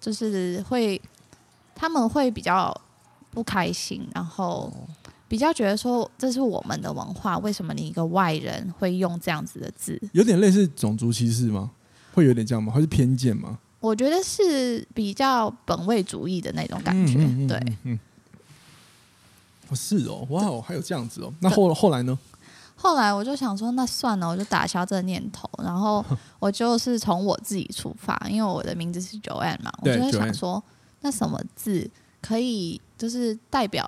[SPEAKER 2] 就是会他们会比较不开心，然后
[SPEAKER 1] 哦
[SPEAKER 2] 比较觉得说这是我们的文化，为什么你一个外人会用这样子的字？
[SPEAKER 1] 有点类似种族歧视吗？会有点这样吗？还是偏见吗？
[SPEAKER 2] 我觉得是比较本位主义的那种感觉，
[SPEAKER 1] 嗯
[SPEAKER 2] 对。，
[SPEAKER 1] 嗯嗯嗯哦是哦，哇哦，还有这样子哦。那后后来呢？
[SPEAKER 2] 后来我就想说，那算了，我就打消这个念头。然 后我就是从我自己出发，因为我的名字是 Joanne 嘛，我
[SPEAKER 1] 对
[SPEAKER 2] 就会
[SPEAKER 1] Joanne
[SPEAKER 2] 想说，那什么字可以就是代表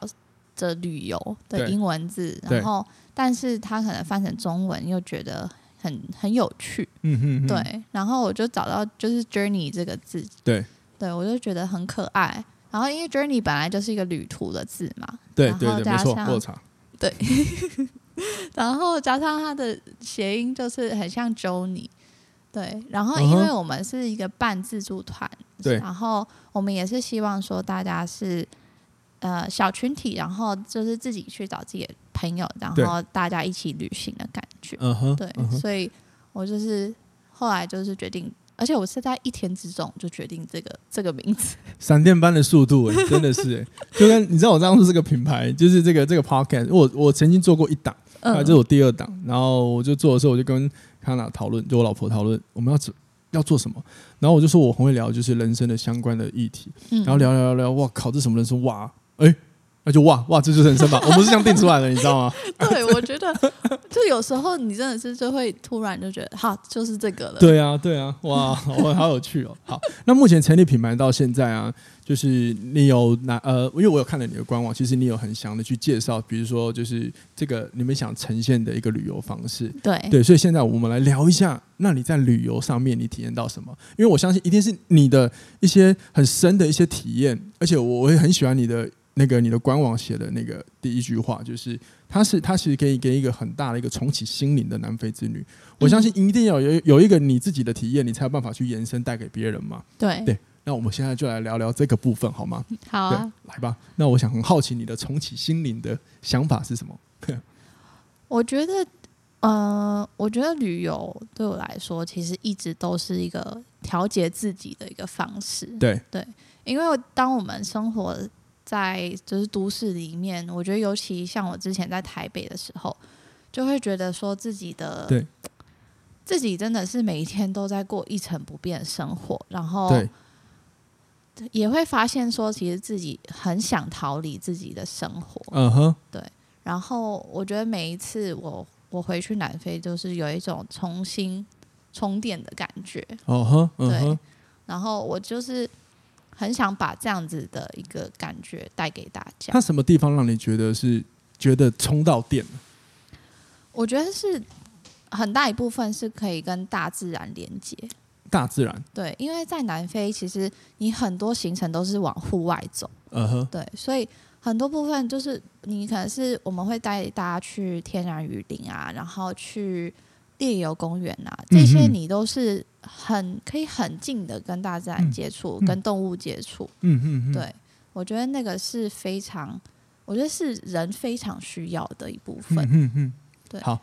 [SPEAKER 2] 着旅游的
[SPEAKER 1] 对
[SPEAKER 2] 英文字，
[SPEAKER 1] 对
[SPEAKER 2] 然后但是它可能翻成中文又觉得很很有趣，
[SPEAKER 1] 嗯哼哼，
[SPEAKER 2] 对。然后我就找到就是 journey 这个字，
[SPEAKER 1] 对
[SPEAKER 2] 对我就觉得很可爱。然后因为 journey 本来就是一个旅途的字嘛，
[SPEAKER 1] 对
[SPEAKER 2] 然
[SPEAKER 1] 对
[SPEAKER 2] 后
[SPEAKER 1] 对，没错，
[SPEAKER 2] 加上
[SPEAKER 1] 我有查。
[SPEAKER 2] 然后加上它的谐音就是很像 Johnny，对。然后
[SPEAKER 1] 嗯哼
[SPEAKER 2] 因为我们是一个半自助团，
[SPEAKER 1] 对
[SPEAKER 2] 然后我们也是希望说大家是呃小群体，然后就是自己去找自己的朋友，然
[SPEAKER 1] 对
[SPEAKER 2] 后大家一起旅行的感觉。
[SPEAKER 1] 嗯哼，
[SPEAKER 2] 对，
[SPEAKER 1] 嗯哼
[SPEAKER 2] 所以我就是后来就是决定，而且我是在一天之中就决定这个这个名字。
[SPEAKER 1] 闪电般的速度、哎，真的是、哎，就跟你知道我当初这个品牌，就是这个这个 podcast，我我曾经做过一档，
[SPEAKER 2] 嗯，
[SPEAKER 1] 啊，这是我第二档，然后我就做的时候，我就跟康娜讨论，就我老婆讨论我们要做要做什么，然后我就说我很会聊就是人生的相关的议题，
[SPEAKER 2] 嗯
[SPEAKER 1] 然后聊聊聊聊，哇靠，这什么人生哇，哎，那就哇哇，这就是人生吧，我们是这样定出来的，你知道吗？
[SPEAKER 2] 对，我觉得就有时候你真的是就会突然就觉得，好，就是这个了。
[SPEAKER 1] 对啊，对啊，哇，我好有趣哦。好，那目前成立品牌到现在啊，就是你有哪呃，因为我有看了你的官网，其实你有很详的去介绍，比如说就是这个你们想呈现的一个旅游方式，
[SPEAKER 2] 对
[SPEAKER 1] 哎对，所以现在我们来聊一下，那你在旅游上面你体验到什么？因为我相信一定是你的一些很深的一些体验，而且我我也很喜欢你的那个你的官网写的那个第一句话，就是它是它其实可以给一个很大的一个重启心灵的南非之旅。我相信一定要有有一个你自己的体验，你才有办法去延伸带给别人嘛。
[SPEAKER 2] 对
[SPEAKER 1] 对那我们现在就来聊聊这个部分好吗？
[SPEAKER 2] 好
[SPEAKER 1] 对
[SPEAKER 2] 啊！，
[SPEAKER 1] 来吧。那我想很好奇你的重启心灵的想法是什么？
[SPEAKER 2] 我觉得，呃，我觉得旅游对我来说，其实一直都是一个调节自己的一个方式。
[SPEAKER 1] 对，
[SPEAKER 2] 因为当我们生活在就是都市里面，我觉得尤其像我之前在台北的时候，就会觉得说自己的
[SPEAKER 1] 对
[SPEAKER 2] 自己真的是每一天都在过一成不变的生活，然后
[SPEAKER 1] 对，
[SPEAKER 2] 也会发现说，其实自己很想逃离自己的生活。
[SPEAKER 1] 嗯哼，
[SPEAKER 2] 然后我觉得每一次我我回去南非，就是有一种重新充电的感觉。
[SPEAKER 1] 哦哼，嗯
[SPEAKER 2] 对
[SPEAKER 1] 哼，
[SPEAKER 2] 然后我就是很想把这样子的一个感觉带给大家
[SPEAKER 1] 它。什么地方让你觉得是觉得冲到电了？
[SPEAKER 2] 我觉得是很大一部分是可以跟大自然连接，
[SPEAKER 1] 大自然，
[SPEAKER 2] 对，因为在南非其实你很多行程都是往户外走，
[SPEAKER 1] 嗯哼，
[SPEAKER 2] 对，所以很多部分就是你可能是我们会带大家去天然雨林啊，然后去猎游公园啊，这些
[SPEAKER 1] 嗯哼
[SPEAKER 2] 你都是很可以很近的跟大自然
[SPEAKER 1] 嗯
[SPEAKER 2] 接触，
[SPEAKER 1] 嗯
[SPEAKER 2] 跟动物接触。
[SPEAKER 1] 嗯哼哼，
[SPEAKER 2] 对，我觉得那个是非常，我觉得是人非常需要的一部分。
[SPEAKER 1] 嗯哼哼，
[SPEAKER 2] 对
[SPEAKER 1] 好，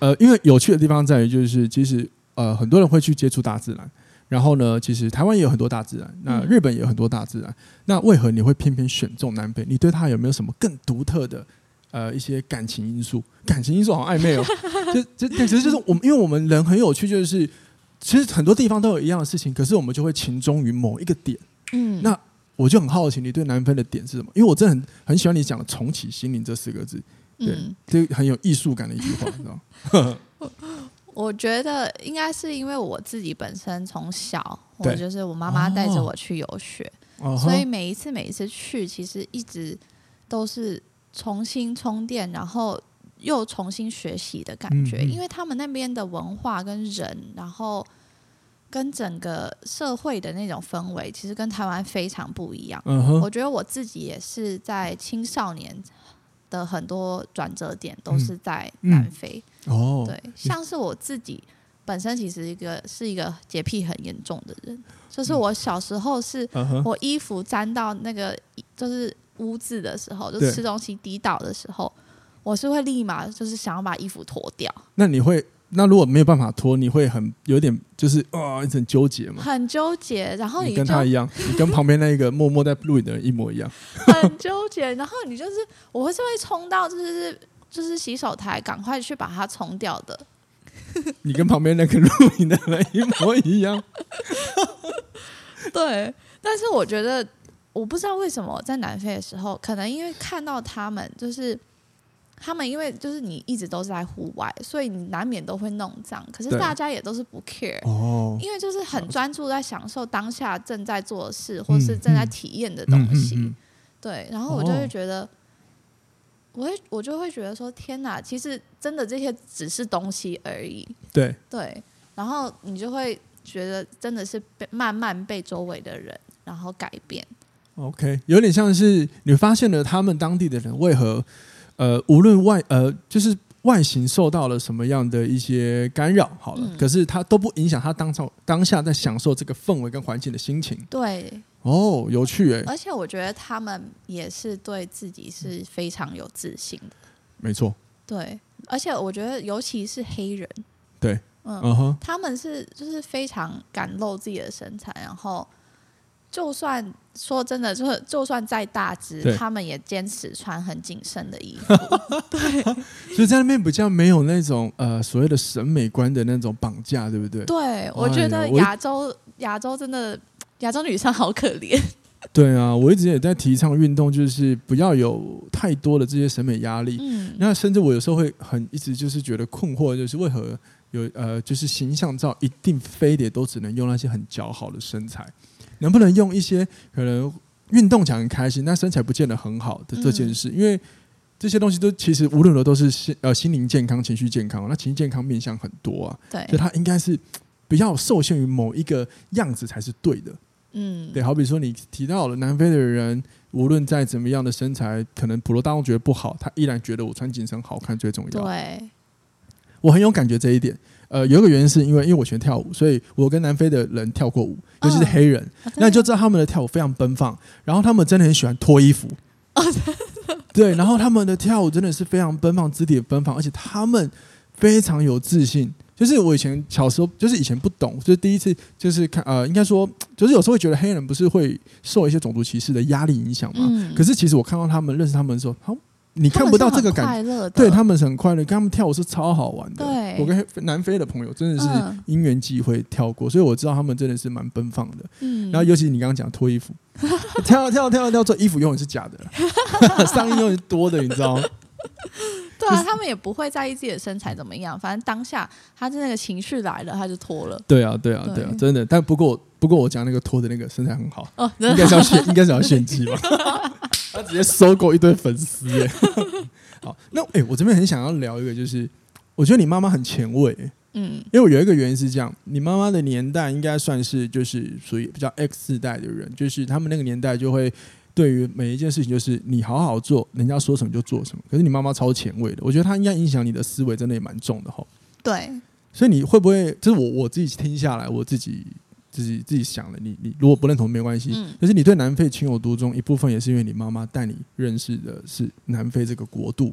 [SPEAKER 1] 呃，因为有趣的地方在于，就是其实呃，很多人会去接触大自然，然后呢，其实台湾也有很多大自然，那
[SPEAKER 2] 嗯
[SPEAKER 1] 日本也有很多大自然，那为何你会偏偏选中南非？你对它有没有什么更独特的？呃，一些感情因素，感情因素好暧 昧哦。就就其实就是我们，因为我们人很有趣，就是其实很多地方都有一样的事情，可是我们就会情钟于某一个点。
[SPEAKER 2] 嗯，
[SPEAKER 1] 那我就很好奇，你对南非的点是什么？因为我真的很很喜欢你讲的“重启心灵”这四个字。对
[SPEAKER 2] 嗯，，
[SPEAKER 1] 这很有艺术感的一句话，你知道 吗？
[SPEAKER 2] 我觉得应该是因为我自己本身从小，我
[SPEAKER 1] 对
[SPEAKER 2] 就是我妈妈带着
[SPEAKER 1] 哦
[SPEAKER 2] 我去游学，
[SPEAKER 1] 哦
[SPEAKER 2] 所以每一次每一次去，其实一直都是重新充电，然后又重新学习的感觉。
[SPEAKER 1] 嗯嗯
[SPEAKER 2] 因为他们那边的文化跟人，然后跟整个社会的那种氛围，其实跟台湾非常不一样。
[SPEAKER 1] 嗯哼，
[SPEAKER 2] 我觉得我自己也是在青少年的很多转折点都是在南非，
[SPEAKER 1] 嗯哦，
[SPEAKER 2] 对，像是我自己本身其实一个是一个洁癖很严重的人，就是我小时候是
[SPEAKER 1] 嗯哼，
[SPEAKER 2] 我衣服沾到那个就是污渍的时候，就
[SPEAKER 1] 对
[SPEAKER 2] 吃东西滴到的时候，我是会立马就是想要把衣服脱掉，
[SPEAKER 1] 那你会，那如果没有办法脱，你会很有点就是啊，一直很纠结嘛。
[SPEAKER 2] 很纠结，然后
[SPEAKER 1] 你
[SPEAKER 2] 你
[SPEAKER 1] 跟
[SPEAKER 2] 就
[SPEAKER 1] 他一样，你跟旁边那一个默默在录影的人一模一样。
[SPEAKER 2] 很纠结，然后你就是我会是会冲到就是就是洗手台赶快去把它冲掉 的，
[SPEAKER 1] 你跟旁边那个录影的人一模一 样。
[SPEAKER 2] 对，但是我觉得我不知道为什么在南非的时候，可能因为看到他们，就是他们因为就是你一直都是在户外，所以你难免都会弄脏。可是
[SPEAKER 1] 对
[SPEAKER 2] 大家也都是不 care，
[SPEAKER 1] 哦，
[SPEAKER 2] 因为就是很专注在享受当下正在做的事，
[SPEAKER 1] 嗯
[SPEAKER 2] 或是正在
[SPEAKER 1] 嗯
[SPEAKER 2] 体验的东西。
[SPEAKER 1] 嗯嗯
[SPEAKER 2] 对，然后我就
[SPEAKER 1] 哦
[SPEAKER 2] 会觉得。我会，我就会觉得说，天哪！其实真的这些只是东西而已，
[SPEAKER 1] 嗯对，
[SPEAKER 2] 对，然后你就会觉得真的是被慢慢被周围的人然后改变，
[SPEAKER 1] OK，有点像是你发现了他们当地的人为何，呃，无论外呃，就是外形受到了什么样的一些干扰，好了，
[SPEAKER 2] 嗯
[SPEAKER 1] 可是他都不影响他当场当下在享受这个氛围跟环境的心情。
[SPEAKER 2] 对，
[SPEAKER 1] 哦，有趣哎、
[SPEAKER 2] 而且我觉得他们也是对自己是
[SPEAKER 1] 嗯
[SPEAKER 2] 非常有自信的，
[SPEAKER 1] 没错，
[SPEAKER 2] 对，而且我觉得尤其是黑人，
[SPEAKER 1] 对，
[SPEAKER 2] 嗯，
[SPEAKER 1] 嗯哼，
[SPEAKER 2] 他们是就是非常敢露自己的身材，然后就算说真的，就是就算再大
[SPEAKER 1] 对
[SPEAKER 2] 只，他们也坚持穿很紧身的 衣服，
[SPEAKER 1] 所以在那边比较没有那种呃所谓的审美观的那种绑架，对不对？
[SPEAKER 2] 对我觉
[SPEAKER 1] 哎
[SPEAKER 2] 得
[SPEAKER 1] 呀我一
[SPEAKER 2] 亚洲亚洲真的亚洲女生好可怜。
[SPEAKER 1] 对啊，我一直也在提倡运动，就是不要有太多的这些审美压力。
[SPEAKER 2] 嗯，
[SPEAKER 1] 那甚至我有时候会很一直就是觉得困惑，就是为何有呃，就是形象照一定非得都只能用那些很姣好的身材，能不能用一些可能运动起来很开心，但身材不见得很好的这件事？因为这些东西都其实无论如何都是心呃心灵健康、情绪健康，那情绪健康面向很多啊，
[SPEAKER 2] 对
[SPEAKER 1] 所以，它应该是。不要受限于某一个样子才是对的，
[SPEAKER 2] 嗯，
[SPEAKER 1] 对，好比说你提到了南非的人，无论再怎么样的身材，可能普罗大众觉得不好，他依然觉得我穿紧身好看最重要。
[SPEAKER 2] 对，
[SPEAKER 1] 我很有感觉这一点。呃，有一个原因是因为因为我喜欢跳舞，所以我跟南非的人跳过舞，尤其是
[SPEAKER 2] 嗯
[SPEAKER 1] 黑人，
[SPEAKER 2] 哦
[SPEAKER 1] 那你就
[SPEAKER 2] 真
[SPEAKER 1] 知道他们的跳舞非常奔放，然后他们真的很喜欢脱衣服。对，然后他们的跳舞真的是非常奔放，肢体也奔放，而且他们非常有自信。就是我以前小时候，就是以前不懂，就是第一次就是看呃，应该说就是有时候会觉得黑人不是会受一些种族歧视的压力影响
[SPEAKER 2] 的
[SPEAKER 1] 吗？
[SPEAKER 2] 嗯
[SPEAKER 1] 可是其实我看到他们认识他们的时候，好，你看不到这个感觉。
[SPEAKER 2] 觉，乐的
[SPEAKER 1] 对他们是很快乐，跟他们跳舞是超好玩的。
[SPEAKER 2] 对
[SPEAKER 1] 我跟南非的朋友真的是
[SPEAKER 2] 嗯
[SPEAKER 1] 因缘际会跳过，所以我知道他们真的是蛮奔放的。
[SPEAKER 2] 嗯，
[SPEAKER 1] 然后尤其你刚刚讲脱衣服， 跳跳跳跳，这衣服永远是假的 啦，上衣永远是多的，你知道吗？
[SPEAKER 2] 对啊，他们也不会在意自己的身材怎么样，反正当下他的那个情绪来了，他就脱了，
[SPEAKER 1] 对啊，对啊，对啊，
[SPEAKER 2] 对
[SPEAKER 1] 真的。但不过不不过我讲那个拖的那个身材很好，
[SPEAKER 2] 哦，真
[SPEAKER 1] 应
[SPEAKER 2] 的
[SPEAKER 1] 该是要炫，应该是要炫技吧？他直接收购一堆粉丝耶。 好，那哎、我这边很想要聊一个，就是我觉得你妈妈很前卫耶，
[SPEAKER 2] 嗯
[SPEAKER 1] 因为我有一个原因是这样，你妈妈的年代应该算是就是属于比较 X 世代的人，就是他们那个年代就会对于每一件事情就是你好好做，人家说什么就做什么。可是你妈妈超前卫的，我觉得她应该影响你的思维真的也蛮重的吼。
[SPEAKER 2] 对，
[SPEAKER 1] 所以你会不会？这是我我自己听下来，我自己自己自己想的。你你如果不认同没关系，
[SPEAKER 2] 嗯
[SPEAKER 1] 可是你对南非情有独钟，一部分也是因为你妈妈带你认识的是南非这个国度，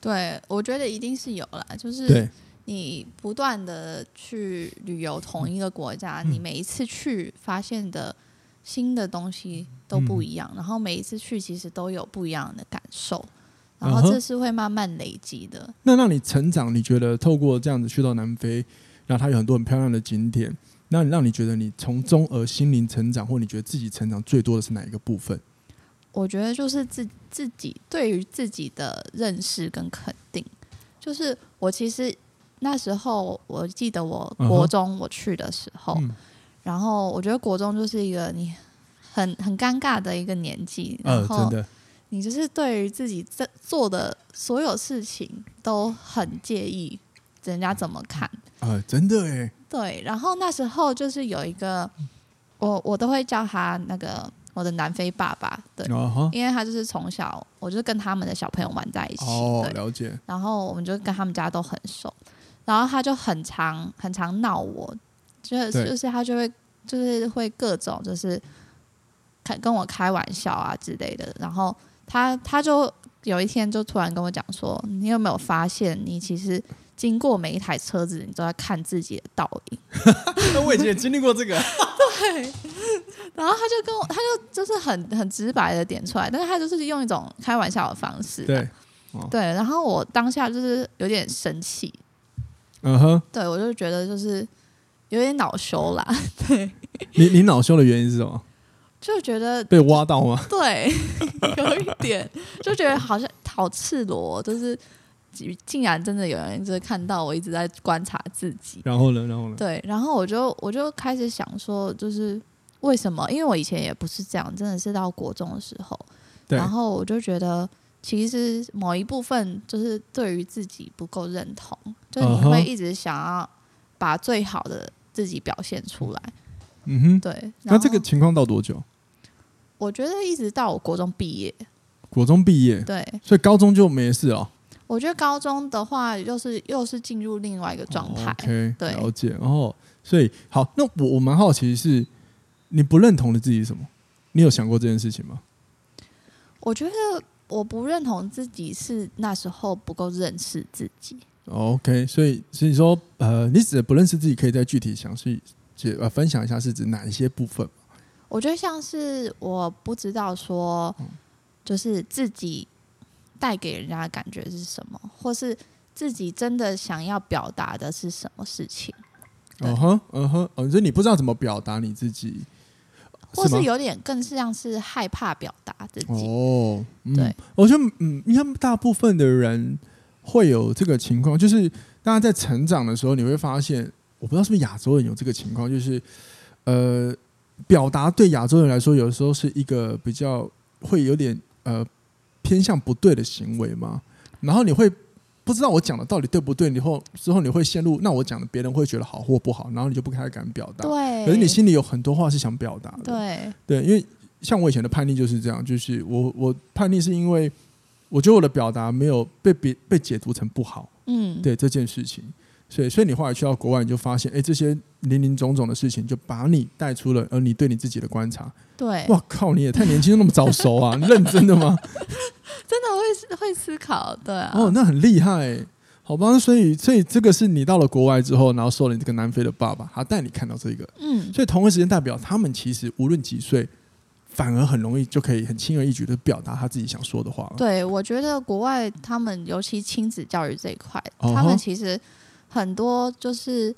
[SPEAKER 2] 对，我觉得一定是有啦，就是
[SPEAKER 1] 对，
[SPEAKER 2] 你不断的去旅游同一个国家，
[SPEAKER 1] 嗯
[SPEAKER 2] 你每一次去发现的新的东西都
[SPEAKER 1] 嗯
[SPEAKER 2] 不一样，然后每一次去其实都有不一样的感受，然后
[SPEAKER 1] 嗯哼
[SPEAKER 2] 这是会慢慢累积的。
[SPEAKER 1] 那让你成长，你觉得透过这样子去到南非，然后它有很多很漂亮的景点，那让你觉得你从中而心灵成长，或你觉得自己成长最多的是哪一个部分？
[SPEAKER 2] 我觉得就是自自己对于自己的认识跟肯定，就是我其实那时候我记得我
[SPEAKER 1] 嗯哼
[SPEAKER 2] 国中我去的时候，
[SPEAKER 1] 嗯
[SPEAKER 2] 然后我觉得国中就是一个你很很尴尬的一个年纪，
[SPEAKER 1] 呃，
[SPEAKER 2] 然后
[SPEAKER 1] 真的，
[SPEAKER 2] 你就是对于自己这做的所有事情都很介意人家怎么看，
[SPEAKER 1] 呃，真的哎，
[SPEAKER 2] 对，然后那时候就是有一个我我都会叫他那个我的南非爸爸，对，
[SPEAKER 1] 啊哈，
[SPEAKER 2] 因为他就是从小我就跟他们的小朋友玩在一起，
[SPEAKER 1] 哦，
[SPEAKER 2] 对，
[SPEAKER 1] 了解，
[SPEAKER 2] 然后我们就跟他们家都很熟，然后他就很常很常闹我，就是
[SPEAKER 1] 对
[SPEAKER 2] 就是他就会就是会各种就是开跟我开玩笑啊之类的，然后他他就有一天就突然跟我讲说，你有没有发现你其实经过每一台车子，你都在看自己的倒影。
[SPEAKER 1] 那 我以前也经历过这个，
[SPEAKER 2] 然后他就跟我，他就就是很很直白的点出来，但是他就是用一种开玩笑的方式，
[SPEAKER 1] 对，
[SPEAKER 2] 对，然后我当下就是有点生气，
[SPEAKER 1] 嗯哼，
[SPEAKER 2] 对我就觉得就是有点恼羞啦，
[SPEAKER 1] 你你恼羞的原因是什么？
[SPEAKER 2] 就觉得
[SPEAKER 1] 被挖到吗？
[SPEAKER 2] 对， 有一点就觉得好像好赤裸哦，就是竟然真的有人就是看到我一直在观察自己，
[SPEAKER 1] 然后呢，然后呢？
[SPEAKER 2] 对，然后我就我就开始想说，就是为什么？因为我以前也不是这样，真的是到国中的时候，
[SPEAKER 1] 对，
[SPEAKER 2] 然后我就觉得，其实某一部分就是对于自己不够认同，就你
[SPEAKER 1] 嗯哼
[SPEAKER 2] 会一直想要把最好的自己表现出来。
[SPEAKER 1] 嗯哼，
[SPEAKER 2] 对，然
[SPEAKER 1] 那
[SPEAKER 2] 后
[SPEAKER 1] 这个情况到多久？
[SPEAKER 2] 我觉得一直到我国中毕业，
[SPEAKER 1] 国中毕业，
[SPEAKER 2] 对
[SPEAKER 1] 所以高中就没事了。
[SPEAKER 2] 我觉得高中的话，又是又是进入另外一个状态。
[SPEAKER 1] 哦 OK，
[SPEAKER 2] 对
[SPEAKER 1] 了解。然后，所以好，那我我蛮好奇是，你不认同的自己是什么？你有想过这件事情吗？
[SPEAKER 2] 我觉得我不认同自己是那时候不够认识自己。
[SPEAKER 1] 哦 OK，所以所以说，呃，你指的不认识自己，可以再具体详细解呃分享一下是指哪一些部分？
[SPEAKER 2] 我觉得像是我不知道说，
[SPEAKER 1] 嗯
[SPEAKER 2] 就是自己带给人家的感觉是什么，或是自己真的想要表达的是什么事情，对
[SPEAKER 1] 嗯哼，嗯哼，哦，就是你不知道怎么表达你自己，
[SPEAKER 2] 或
[SPEAKER 1] 吗
[SPEAKER 2] 是有点更像是害怕表达自己。
[SPEAKER 1] 哦，嗯、
[SPEAKER 2] 对，
[SPEAKER 1] 我觉得嗯，应该大部分的人会有这个情况，就是大家在成长的时候，你会发现，我不知道是不是亚洲人有这个情况，就是呃，表达对亚洲人来说，有时候是一个比较会有点呃偏向不对的行为嘛，然后你会。不知道我讲的到底对不对，以后之后你会陷入那我讲的别人会觉得好或不好，然后你就不太敢表达。
[SPEAKER 2] 对，
[SPEAKER 1] 可是你心里有很多话是想表达的。
[SPEAKER 2] 对，
[SPEAKER 1] 对，因为像我以前的叛逆就是这样，就是我我叛逆是因为我觉得我的表达没有被别被解读成不好，
[SPEAKER 2] 嗯，
[SPEAKER 1] 对这件事情，所以所以你后来去到国外，你就发现，哎，这些林林总总的事情就把你带出了，呃而你对你自己的观察，
[SPEAKER 2] 对，
[SPEAKER 1] 哇靠，你也太年轻，那么早熟啊，你认真的吗？
[SPEAKER 2] 真的会会思考，对啊，
[SPEAKER 1] 哦，那很厉害欸，好吧，那所以所以这个是你到了国外之后，然后受了你这个南非的爸爸，他带你看到这个，
[SPEAKER 2] 嗯，
[SPEAKER 1] 所以同一时间代表他们其实无论几岁，反而很容易就可以很轻而易举的表达他自己想说的话了。
[SPEAKER 2] 对，我觉得国外他们尤其亲子教育这一块，
[SPEAKER 1] 哦
[SPEAKER 2] 他
[SPEAKER 1] 吼
[SPEAKER 2] 们其实很多就是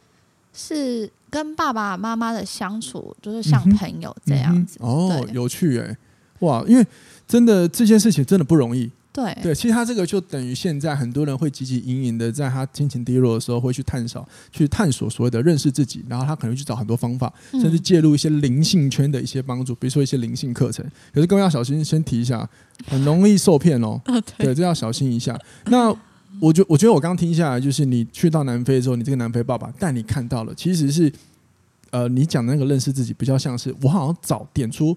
[SPEAKER 2] 是跟爸爸妈妈的相处，就是像
[SPEAKER 1] 嗯哼
[SPEAKER 2] 朋友这样子。
[SPEAKER 1] 嗯哼哦，
[SPEAKER 2] 对
[SPEAKER 1] 有趣哎、哇！因为真的这件事情真的不容易，
[SPEAKER 2] 对
[SPEAKER 1] 对，其实他这个就等于现在很多人会汲汲营营的，在他心情低落的时候，会去探索、去探索所谓的认识自己，然后他可能会去找很多方法，甚至介入一些灵性圈的一些帮助，比如说一些灵性课程。可是各位要小心，先提一下，很容易受骗 哦。
[SPEAKER 2] 嗯、
[SPEAKER 1] 对，这要小心一下。那我觉我觉得我刚听下来，就是你去到南非之后，你这个南非爸爸带你看到了，其实是呃，你讲的那个认识自己，比较像是我好像早点出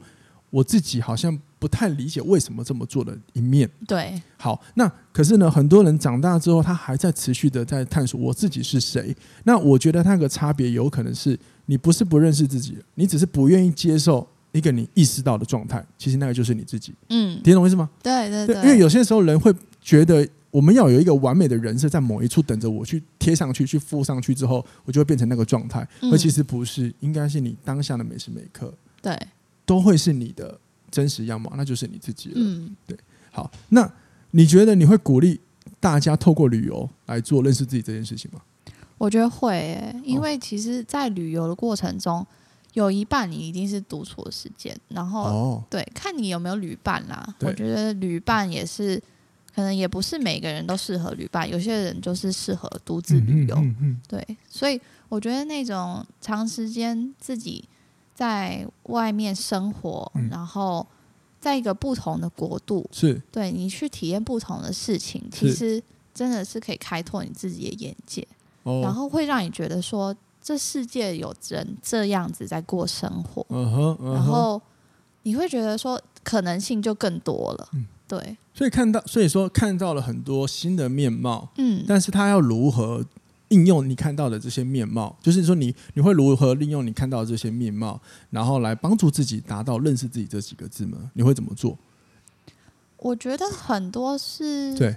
[SPEAKER 1] 我自己好像不太理解为什么这么做的一面。
[SPEAKER 2] 对
[SPEAKER 1] 好，那可是呢，很多人长大之后，他还在持续的在探索我自己是谁。那我觉得那个差别有可能是你不是不认识自己，你只是不愿意接受一个你意识到的状态，其实那个就是你自己，
[SPEAKER 2] 嗯，
[SPEAKER 1] 听懂意思吗？
[SPEAKER 2] 对对
[SPEAKER 1] 因为有些时候人会觉得我们要有一个完美的人设在某一处等着我去贴上去、去附上去之后，我就会变成那个状态，
[SPEAKER 2] 嗯
[SPEAKER 1] 而其实不是，应该是你当下的每时每刻
[SPEAKER 2] 对，
[SPEAKER 1] 都会是你的真实样貌，那就是你自己了。
[SPEAKER 2] 嗯，
[SPEAKER 1] 好，那你觉得你会鼓励大家透过旅游来做认识自己这件事情吗？
[SPEAKER 2] 我觉得会、欸，
[SPEAKER 1] 哦
[SPEAKER 2] 因为其实，在旅游的过程中，有一半你一定是独处的时间，然后、
[SPEAKER 1] 哦，
[SPEAKER 2] 对，看你有没有旅伴啦。
[SPEAKER 1] 对
[SPEAKER 2] 我觉得旅伴也是，可能也不是每个人都适合旅伴，有些人就是适合独自旅游。
[SPEAKER 1] 嗯嗯
[SPEAKER 2] 对，所以我觉得那种长时间自己在外面生活，
[SPEAKER 1] 嗯
[SPEAKER 2] 然后在一个不同的国度，
[SPEAKER 1] 是
[SPEAKER 2] 对你去体验不同的事情，
[SPEAKER 1] 是
[SPEAKER 2] 其实真的是可以开拓你自己的眼界，
[SPEAKER 1] 哦，
[SPEAKER 2] 然后会让你觉得说，这世界有人这样子在过生活，
[SPEAKER 1] 嗯哼，嗯哼
[SPEAKER 2] 然后你会觉得说可能性就更多了。
[SPEAKER 1] 嗯
[SPEAKER 2] 对，
[SPEAKER 1] 所以看到，所以说看到了很多新的面貌，
[SPEAKER 2] 嗯，
[SPEAKER 1] 但是他要如何应用你看到的这些面貌？就是说你你会如何利用你看到的这些面貌，然后来帮助自己达到认识自己这几个字吗？你会怎么做？
[SPEAKER 2] 我觉得很多是
[SPEAKER 1] 对，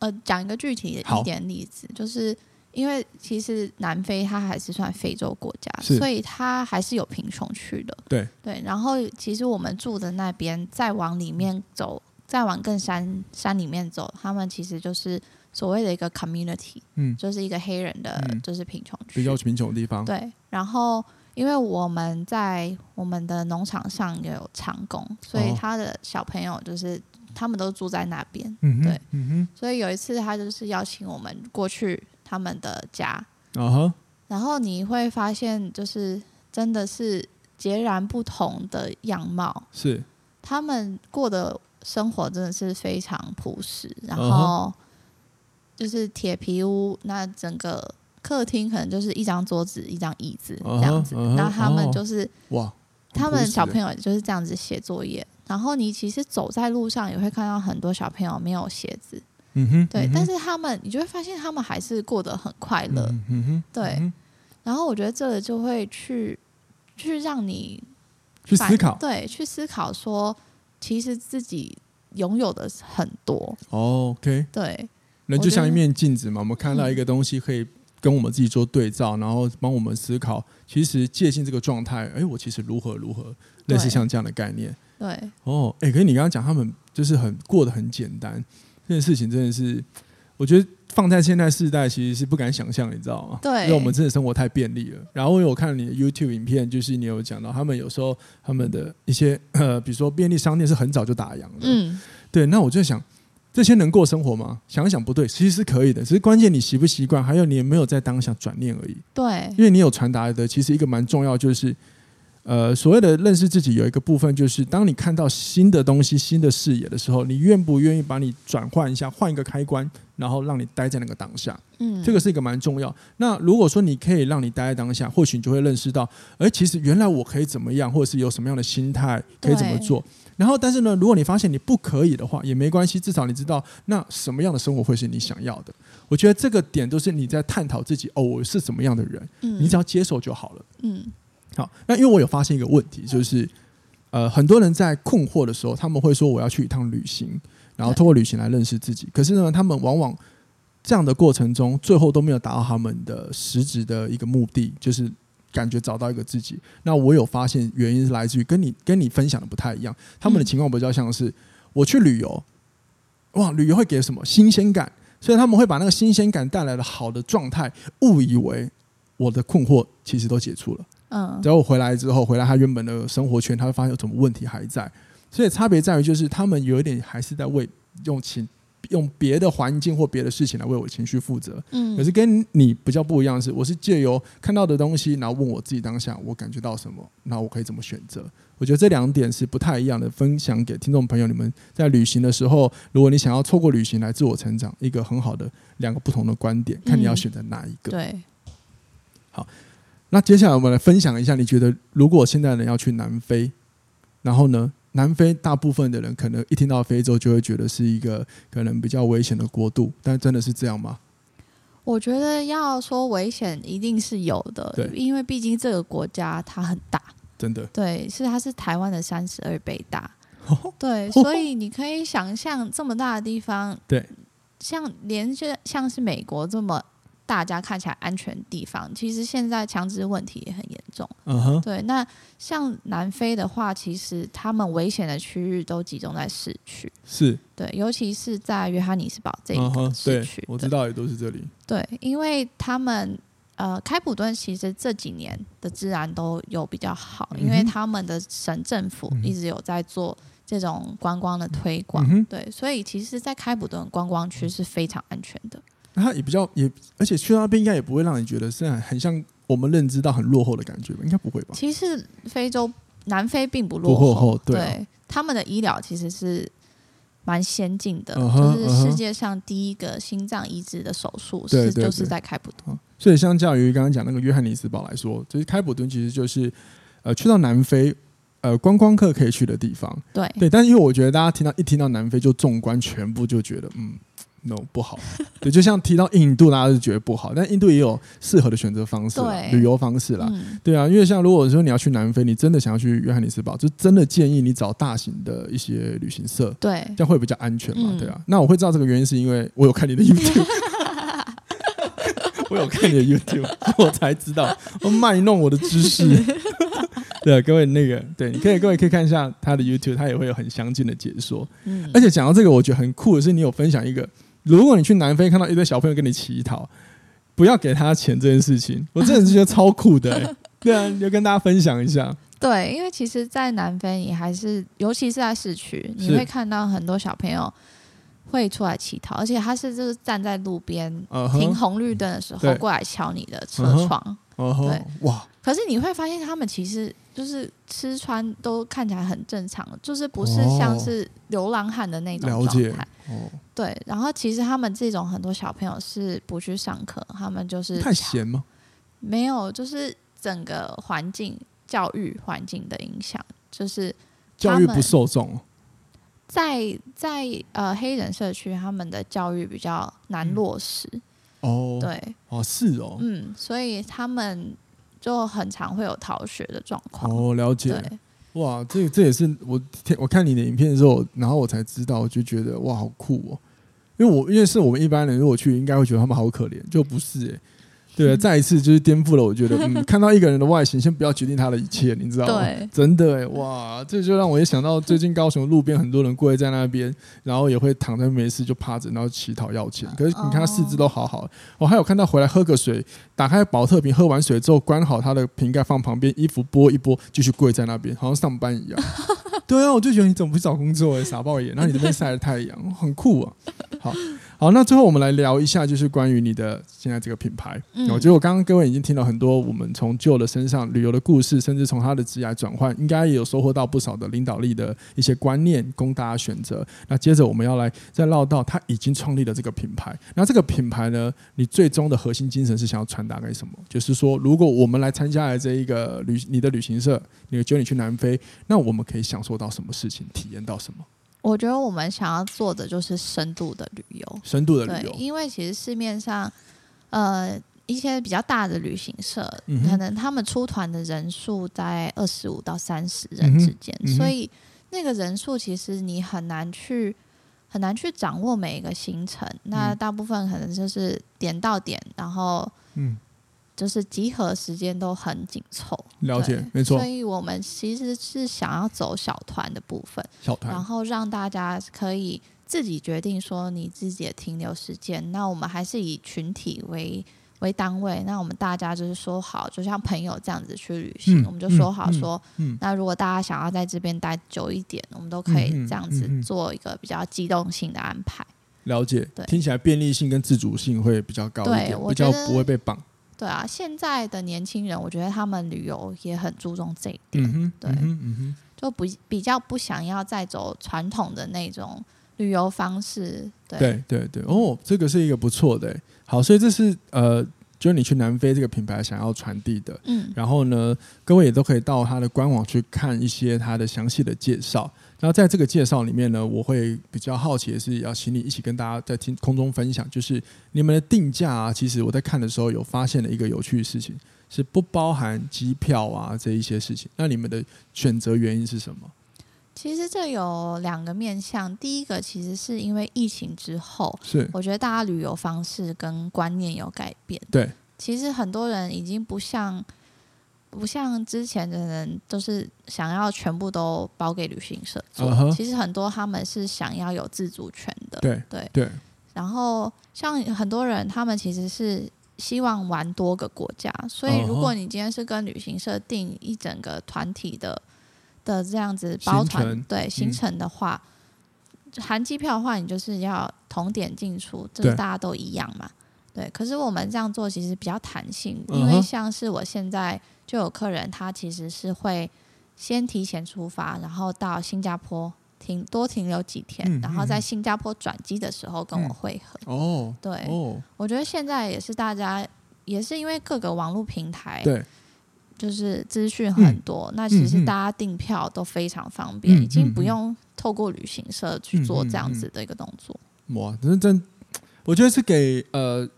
[SPEAKER 2] 呃，讲一个具体的
[SPEAKER 1] 好
[SPEAKER 2] 一点例子，就是因为其实南非它还是算非洲国家，
[SPEAKER 1] 是
[SPEAKER 2] 所以它还是有贫穷区的。
[SPEAKER 1] 对
[SPEAKER 2] 对，然后其实我们住的那边，再往里面走，再往更山山里面走，他们其实就是所谓的一个 community，
[SPEAKER 1] 嗯，
[SPEAKER 2] 就是一个黑人的，
[SPEAKER 1] 嗯
[SPEAKER 2] 就是贫穷区。
[SPEAKER 1] 比较贫穷的地方，
[SPEAKER 2] 对，然后因为我们在我们的农场上也有长工，所以
[SPEAKER 1] 哦
[SPEAKER 2] 他的小朋友就是他们都住在那边。
[SPEAKER 1] 嗯哼
[SPEAKER 2] 对，
[SPEAKER 1] 嗯
[SPEAKER 2] 所以有一次他就是邀请我们过去他们的家，
[SPEAKER 1] 哼，啊哈，
[SPEAKER 2] 然后你会发现就是真的是截然不同的样貌，
[SPEAKER 1] 是
[SPEAKER 2] 他们过的生活真的是非常朴实，然
[SPEAKER 1] 嗯
[SPEAKER 2] 后就是铁皮屋，那整个客厅可能就是一张桌子、一张椅子这样子，
[SPEAKER 1] 嗯哼嗯哼
[SPEAKER 2] 那他们
[SPEAKER 1] 哦
[SPEAKER 2] 就是
[SPEAKER 1] 哇，
[SPEAKER 2] 他们小朋
[SPEAKER 1] 友
[SPEAKER 2] 友也就是这样子写作业。然后你其实走在路上也会看到很多小朋友没有鞋子，
[SPEAKER 1] 嗯哼，
[SPEAKER 2] 对，
[SPEAKER 1] 嗯哼
[SPEAKER 2] 但是他们，你就会发现他们还是过得很快乐。
[SPEAKER 1] 嗯嗯哼，
[SPEAKER 2] 对
[SPEAKER 1] 嗯哼
[SPEAKER 2] 然后我觉得这个就会去去让你
[SPEAKER 1] 去
[SPEAKER 2] 反
[SPEAKER 1] 思考
[SPEAKER 2] 对，去思考说，其实自己拥有的很多，
[SPEAKER 1] 哦，OK，
[SPEAKER 2] 对
[SPEAKER 1] 人
[SPEAKER 2] 我
[SPEAKER 1] 就
[SPEAKER 2] 觉
[SPEAKER 1] 像一
[SPEAKER 2] 得嗯
[SPEAKER 1] 面镜子嘛，我们看到一个东西可以跟我们自己做对照，然后帮我们思考，其实界限这个状态，哎，我其实如何如何，类似
[SPEAKER 2] 对
[SPEAKER 1] 像这样的概念。
[SPEAKER 2] 对
[SPEAKER 1] 哦，哎，可是你刚刚讲他们就是很过得很简单，这件事情真的是，我觉得放在现在世代其实是不敢想象，你知道吗？
[SPEAKER 2] 对
[SPEAKER 1] 因为我们真的生活太便利了。然后因为我看你的 YouTube 影片，就是你有讲到他们有时候他们的一些呃，比如说便利商店是很早就打烊的，
[SPEAKER 2] 嗯，
[SPEAKER 1] 对，那我就在想，这些能过生活吗？想一想不对，其实是可以的，只是关键你习不习惯，还有你有没有在当下转念而已。
[SPEAKER 2] 对
[SPEAKER 1] 因为你有传达的，其实一个蛮重要就是。呃，所谓的认识自己有一个部分，就是当你看到新的东西、新的视野的时候，你愿不愿意把你转换一下，换一个开关，然后让你待在那个当下，
[SPEAKER 2] 嗯，
[SPEAKER 1] 这个是一个蛮重要。那如果说你可以让你待在当下，或许你就会认识到，哎，其实原来我可以怎么样，或者是有什么样的心态可以怎么做。然后，但是呢，如果你发现你不可以的话，也没关系，至少你知道那什么样的生活会是你想要的。我觉得这个点都是你在探讨自己，哦，我是什么样的人，
[SPEAKER 2] 嗯
[SPEAKER 1] 你只要接受就好了。
[SPEAKER 2] 嗯
[SPEAKER 1] 好，那因为我有发现一个问题，就是呃，很多人在困惑的时候，他们会说我要去一趟旅行，然后
[SPEAKER 2] 对
[SPEAKER 1] 通过旅行来认识自己。可是呢，他们往往这样的过程中，最后都没有达到他们的实质的一个目的，就是感觉找到一个自己。那我有发现，原因是来自于跟你跟你分享的不太一样，他们的
[SPEAKER 2] 嗯
[SPEAKER 1] 情况比较像是我去旅游，哇，旅游会给什么新鲜感？所以他们会把那个新鲜感带来的好的状态，误以为我的困惑其实都解除了。
[SPEAKER 2] 嗯
[SPEAKER 1] 只要我回来之后，回来他原本的生活圈，他会发现有什么问题还在。所以差别在于，就是他们有一点还是在为用情用别的环境或别的事情来为我情绪负责。
[SPEAKER 2] 嗯，
[SPEAKER 1] 可是跟你比较不一样的是，我是借由看到的东西，然后问我自己当下我感觉到什么，然后我可以怎么选择。我觉得这两点是不太一样的，分享给听众朋友。你们在旅行的时候，如果你想要透过旅行来自我成长，一个很好的两个不同的观点，看你要选择哪一个。
[SPEAKER 2] 对，
[SPEAKER 1] 那接下来我们来分享一下，你觉得如果现在人要去南非，然后呢，南非大部分的人可能一听到非洲就会觉得是一个可能比较危险的国度，但真的是这样吗？
[SPEAKER 2] 我觉得要说危险一定是有的
[SPEAKER 1] 对，
[SPEAKER 2] 因为毕竟这个国家它很大，
[SPEAKER 1] 真 的，
[SPEAKER 2] 对，是它是台湾的三十二倍大， 对，所以你可以想象这么大的地方，
[SPEAKER 1] 对，
[SPEAKER 2] 像连这像是美国这么大家看起来安全的地方，其实现在枪支问题也很严重。
[SPEAKER 1] 嗯哼，
[SPEAKER 2] 对，那像南非的话，其实他们危险的区域都集中在市区，
[SPEAKER 1] 是，
[SPEAKER 2] 对，尤其是在约翰尼斯堡这一
[SPEAKER 1] 嗯
[SPEAKER 2] 个
[SPEAKER 1] 哼，
[SPEAKER 2] 市
[SPEAKER 1] 对
[SPEAKER 2] 区，，
[SPEAKER 1] 我知道也都是这里，
[SPEAKER 2] 对，因为他们呃，开普敦其实这几年的治安都有比较好，因为
[SPEAKER 1] 嗯哼
[SPEAKER 2] 他们的省政府
[SPEAKER 1] 嗯哼
[SPEAKER 2] 一直有在做这种观光的推广
[SPEAKER 1] 嗯，哼，
[SPEAKER 2] 对，所以其实，在开普敦观光区是非常安全的。
[SPEAKER 1] 那它也比较也，而且去到那边应该也不会让你觉得是很很像我们认知到很落后的感觉吧？应该不会吧？
[SPEAKER 2] 其实非洲南非并不
[SPEAKER 1] 不
[SPEAKER 2] 落
[SPEAKER 1] 落
[SPEAKER 2] 后，
[SPEAKER 1] 后，
[SPEAKER 2] 对
[SPEAKER 1] 对啊，
[SPEAKER 2] 他们的医疗其实是。蛮先进的
[SPEAKER 1] 嗯哼
[SPEAKER 2] 就
[SPEAKER 1] 嗯
[SPEAKER 2] 是
[SPEAKER 1] 哼
[SPEAKER 2] 世界上第一个心脏移植的手术
[SPEAKER 1] 对
[SPEAKER 2] 是
[SPEAKER 1] 对
[SPEAKER 2] 就是
[SPEAKER 1] 对
[SPEAKER 2] 在开普敦，
[SPEAKER 1] 啊所以相较于刚刚讲那个约翰尼斯堡来说，就是开普敦其实就是呃去到南非。呃，观光客可以去的地方，
[SPEAKER 2] 对
[SPEAKER 1] 对，但是因为我觉得大家听到一听到南非就纵观全部就觉得嗯，no 不好， 对，就像提到印度，大家就觉得不好，但印度也有适合的选择方式啦，
[SPEAKER 2] 对
[SPEAKER 1] 旅游方式啦，
[SPEAKER 2] 嗯，
[SPEAKER 1] 对啊，因为像如果说你要去南非，你真的想要去约翰尼斯堡，就真的建议你找大型的一些旅行社，
[SPEAKER 2] 对
[SPEAKER 1] 这样会比较安全嘛，
[SPEAKER 2] 嗯
[SPEAKER 1] 对啊。那我会知道这个原因是因为我有看你的 YouTube，我有看你的 YouTube，我才知道我卖弄我的知 识。对、啊，各位那个，对，你可以各位可以看一下他的 YouTube，他也会有很详尽的解说。
[SPEAKER 2] 嗯
[SPEAKER 1] 而且讲到这个，我觉得很酷的是，你有分享一个，如果你去南非看到一堆小朋友跟你乞讨，不要给他钱这件事情，我真的是觉得超酷的、 欸。对啊，你就跟大家分享一下。
[SPEAKER 2] 对，因为其实，在南非，你还是尤其是在市区，你
[SPEAKER 1] 是
[SPEAKER 2] 会看到很多小朋友会出来乞讨，而且他是就是站在路边
[SPEAKER 1] 嗯
[SPEAKER 2] 停
[SPEAKER 1] 哼，
[SPEAKER 2] 红绿灯的时候
[SPEAKER 1] 对
[SPEAKER 2] 过来敲你的车
[SPEAKER 1] 嗯哼
[SPEAKER 2] 窗。
[SPEAKER 1] 嗯哼
[SPEAKER 2] 对，
[SPEAKER 1] 哇，
[SPEAKER 2] 可是你会发现，他们其实就是吃穿都看起来很正常，就是不是
[SPEAKER 1] 哦
[SPEAKER 2] 像是流浪汉的那种
[SPEAKER 1] 了
[SPEAKER 2] 状
[SPEAKER 1] 解
[SPEAKER 2] 态。
[SPEAKER 1] 哦，
[SPEAKER 2] 对，然后其实他们这种很多小朋友是不去上课，他们就是
[SPEAKER 1] 太闲吗？
[SPEAKER 2] 没有，就是整个环境教育环境的影响，就是
[SPEAKER 1] 教育不受众哦，
[SPEAKER 2] 在在呃黑人社区，他们的教育比较难落实，
[SPEAKER 1] 嗯哦，
[SPEAKER 2] 对，
[SPEAKER 1] 哦是哦，
[SPEAKER 2] 嗯，所以他们就很常会有逃学的状况，
[SPEAKER 1] 哦了解，
[SPEAKER 2] 对，
[SPEAKER 1] 哇，这这也是我听我看你的影片的时候，然后我才知道，我就觉得哇好酷哦，因为我因为是我们一般人如果去，应该会觉得他们好可怜，就不是哎、 对，再一次就是颠覆了，我觉得，嗯，看到一个人的外形，先不要决定他的一切，你知道吗？
[SPEAKER 2] 对
[SPEAKER 1] 真的哎、哇，这就让我也想到最近高雄路边很多人跪在那边，然后也会躺在没事就趴着，然后乞讨要钱。可是你看他四肢都好好的，我、还有看到回来喝个水，打开保特瓶，喝完水之后关好他的瓶盖放旁边，衣服拨一拨，继续跪在那边，好像上班一样。 对啊，我就觉得你怎么不去找工作哎、傻爆眼！然后你这边晒着太阳， 很酷啊。好好，那最后我们来聊一下，就是关于你的现在这个品牌。
[SPEAKER 2] 嗯
[SPEAKER 1] 我觉得我刚刚各位已经听了很多我们从旧的身上旅游的故事，甚至从他的职涯转换，应该也有收获到不少的领导力的一些观念供大家选择。那接着我们要来再唠到他已经创立的这个品牌。那这个品牌呢，你最终的核心精神是想要传达给什么？就是说，如果我们来参加了这一个旅你的旅行社，你的九你去南非，那我们可以享受到什么事情，体验到什么
[SPEAKER 2] 我觉得我们想要做的就是深度的旅游，
[SPEAKER 1] 深度的旅
[SPEAKER 2] 对，
[SPEAKER 1] 游？
[SPEAKER 2] 因为其实市面上呃一些比较大的旅行社，
[SPEAKER 1] 嗯哼
[SPEAKER 2] 可能他们出团的人数在二十五到三十
[SPEAKER 1] 嗯
[SPEAKER 2] 人
[SPEAKER 1] 哼
[SPEAKER 2] 之间，
[SPEAKER 1] 嗯哼
[SPEAKER 2] 所以那个人数其实你很难去很难去掌握每一个行程。那
[SPEAKER 1] 嗯
[SPEAKER 2] 大部分可能就是点到点，然后
[SPEAKER 1] 嗯，
[SPEAKER 2] 就是集合时间都很紧凑。
[SPEAKER 1] 了解
[SPEAKER 2] 对，
[SPEAKER 1] 没错
[SPEAKER 2] 所，以我们其实是想要走小团的部分。
[SPEAKER 1] 小
[SPEAKER 2] 然
[SPEAKER 1] 团
[SPEAKER 2] 后让大家可以自己决定说你自己的停留时间。那我们还是以群体为为单位，那我们大家就是说好，就像朋友这样子去旅行，
[SPEAKER 1] 嗯
[SPEAKER 2] 我们就说好
[SPEAKER 1] 嗯嗯
[SPEAKER 2] 说，
[SPEAKER 1] 嗯
[SPEAKER 2] 那如果大家想要在这边待久一点，我们都可以
[SPEAKER 1] 嗯嗯
[SPEAKER 2] 这样
[SPEAKER 1] 嗯嗯
[SPEAKER 2] 子做一个比较机动性的安排。
[SPEAKER 1] 了解
[SPEAKER 2] 对，
[SPEAKER 1] 听起来便利性跟自主性会比较高一
[SPEAKER 2] 对
[SPEAKER 1] 点，
[SPEAKER 2] 我
[SPEAKER 1] 比较
[SPEAKER 2] 觉得
[SPEAKER 1] 不会被绑。
[SPEAKER 2] 对啊，现在的年轻人，我觉得他们旅游也很注重这一点，
[SPEAKER 1] 嗯哼，
[SPEAKER 2] 对
[SPEAKER 1] 嗯哼，嗯哼，
[SPEAKER 2] 就不比较不想要再走传统的那种旅游方式。对，
[SPEAKER 1] 对对对，哦，这个是一个不错的欸。好，所以这是呃，就是你去南非这个品牌想要传递的。
[SPEAKER 2] 嗯，
[SPEAKER 1] 然后呢，各位也都可以到它的官网去看一些它的详细的介绍。然后在这个介绍里面呢，我会比较好奇的是，要请你一起跟大家在听空中分享，就是你们的定价啊。其实我在看的时候有发现了一个有趣的事情，是不包含机票啊这一些事情。那你们的选择原因是什么？
[SPEAKER 2] 其实这有两个面向，第一个其实是因为疫情之后，
[SPEAKER 1] 是
[SPEAKER 2] 我觉得大家旅游方式跟观念有改变。
[SPEAKER 1] 对，
[SPEAKER 2] 其实很多人已经不像不像之前的人，就是想要全部都包给旅行社做。
[SPEAKER 1] 嗯哼
[SPEAKER 2] 其实很多他们是想要有自主权的。
[SPEAKER 1] 对
[SPEAKER 2] 对
[SPEAKER 1] 对，
[SPEAKER 2] 然后像很多人，他们其实是希望玩多个国家，所以
[SPEAKER 1] 哦
[SPEAKER 2] 如果你今天是跟旅行社订一整个团体的的这样子
[SPEAKER 1] 行
[SPEAKER 2] 包团
[SPEAKER 1] 程嗯
[SPEAKER 2] 对行程的话，含机票的话，你就是要同点进出，这
[SPEAKER 1] 对
[SPEAKER 2] 大家都一样嘛。对，可是我们这样做其实比较弹性，
[SPEAKER 1] 嗯哼
[SPEAKER 2] 因为像是我现在就有客人，他其实是会先提前出发，然后到新加坡停多停留几天，
[SPEAKER 1] 嗯
[SPEAKER 2] 然后在
[SPEAKER 1] 嗯
[SPEAKER 2] 新加坡转机的时候跟我会合。
[SPEAKER 1] 哦
[SPEAKER 2] 对，
[SPEAKER 1] 哦，
[SPEAKER 2] 我觉得现在也是大家也是因为各个网络平台
[SPEAKER 1] 对，嗯
[SPEAKER 2] 就是资讯很多，那其实大家订票都非常方便，
[SPEAKER 1] 嗯
[SPEAKER 2] 已经不用透过旅行社去做这样子的一个动作。
[SPEAKER 1] 哇，真真，我觉得是给呃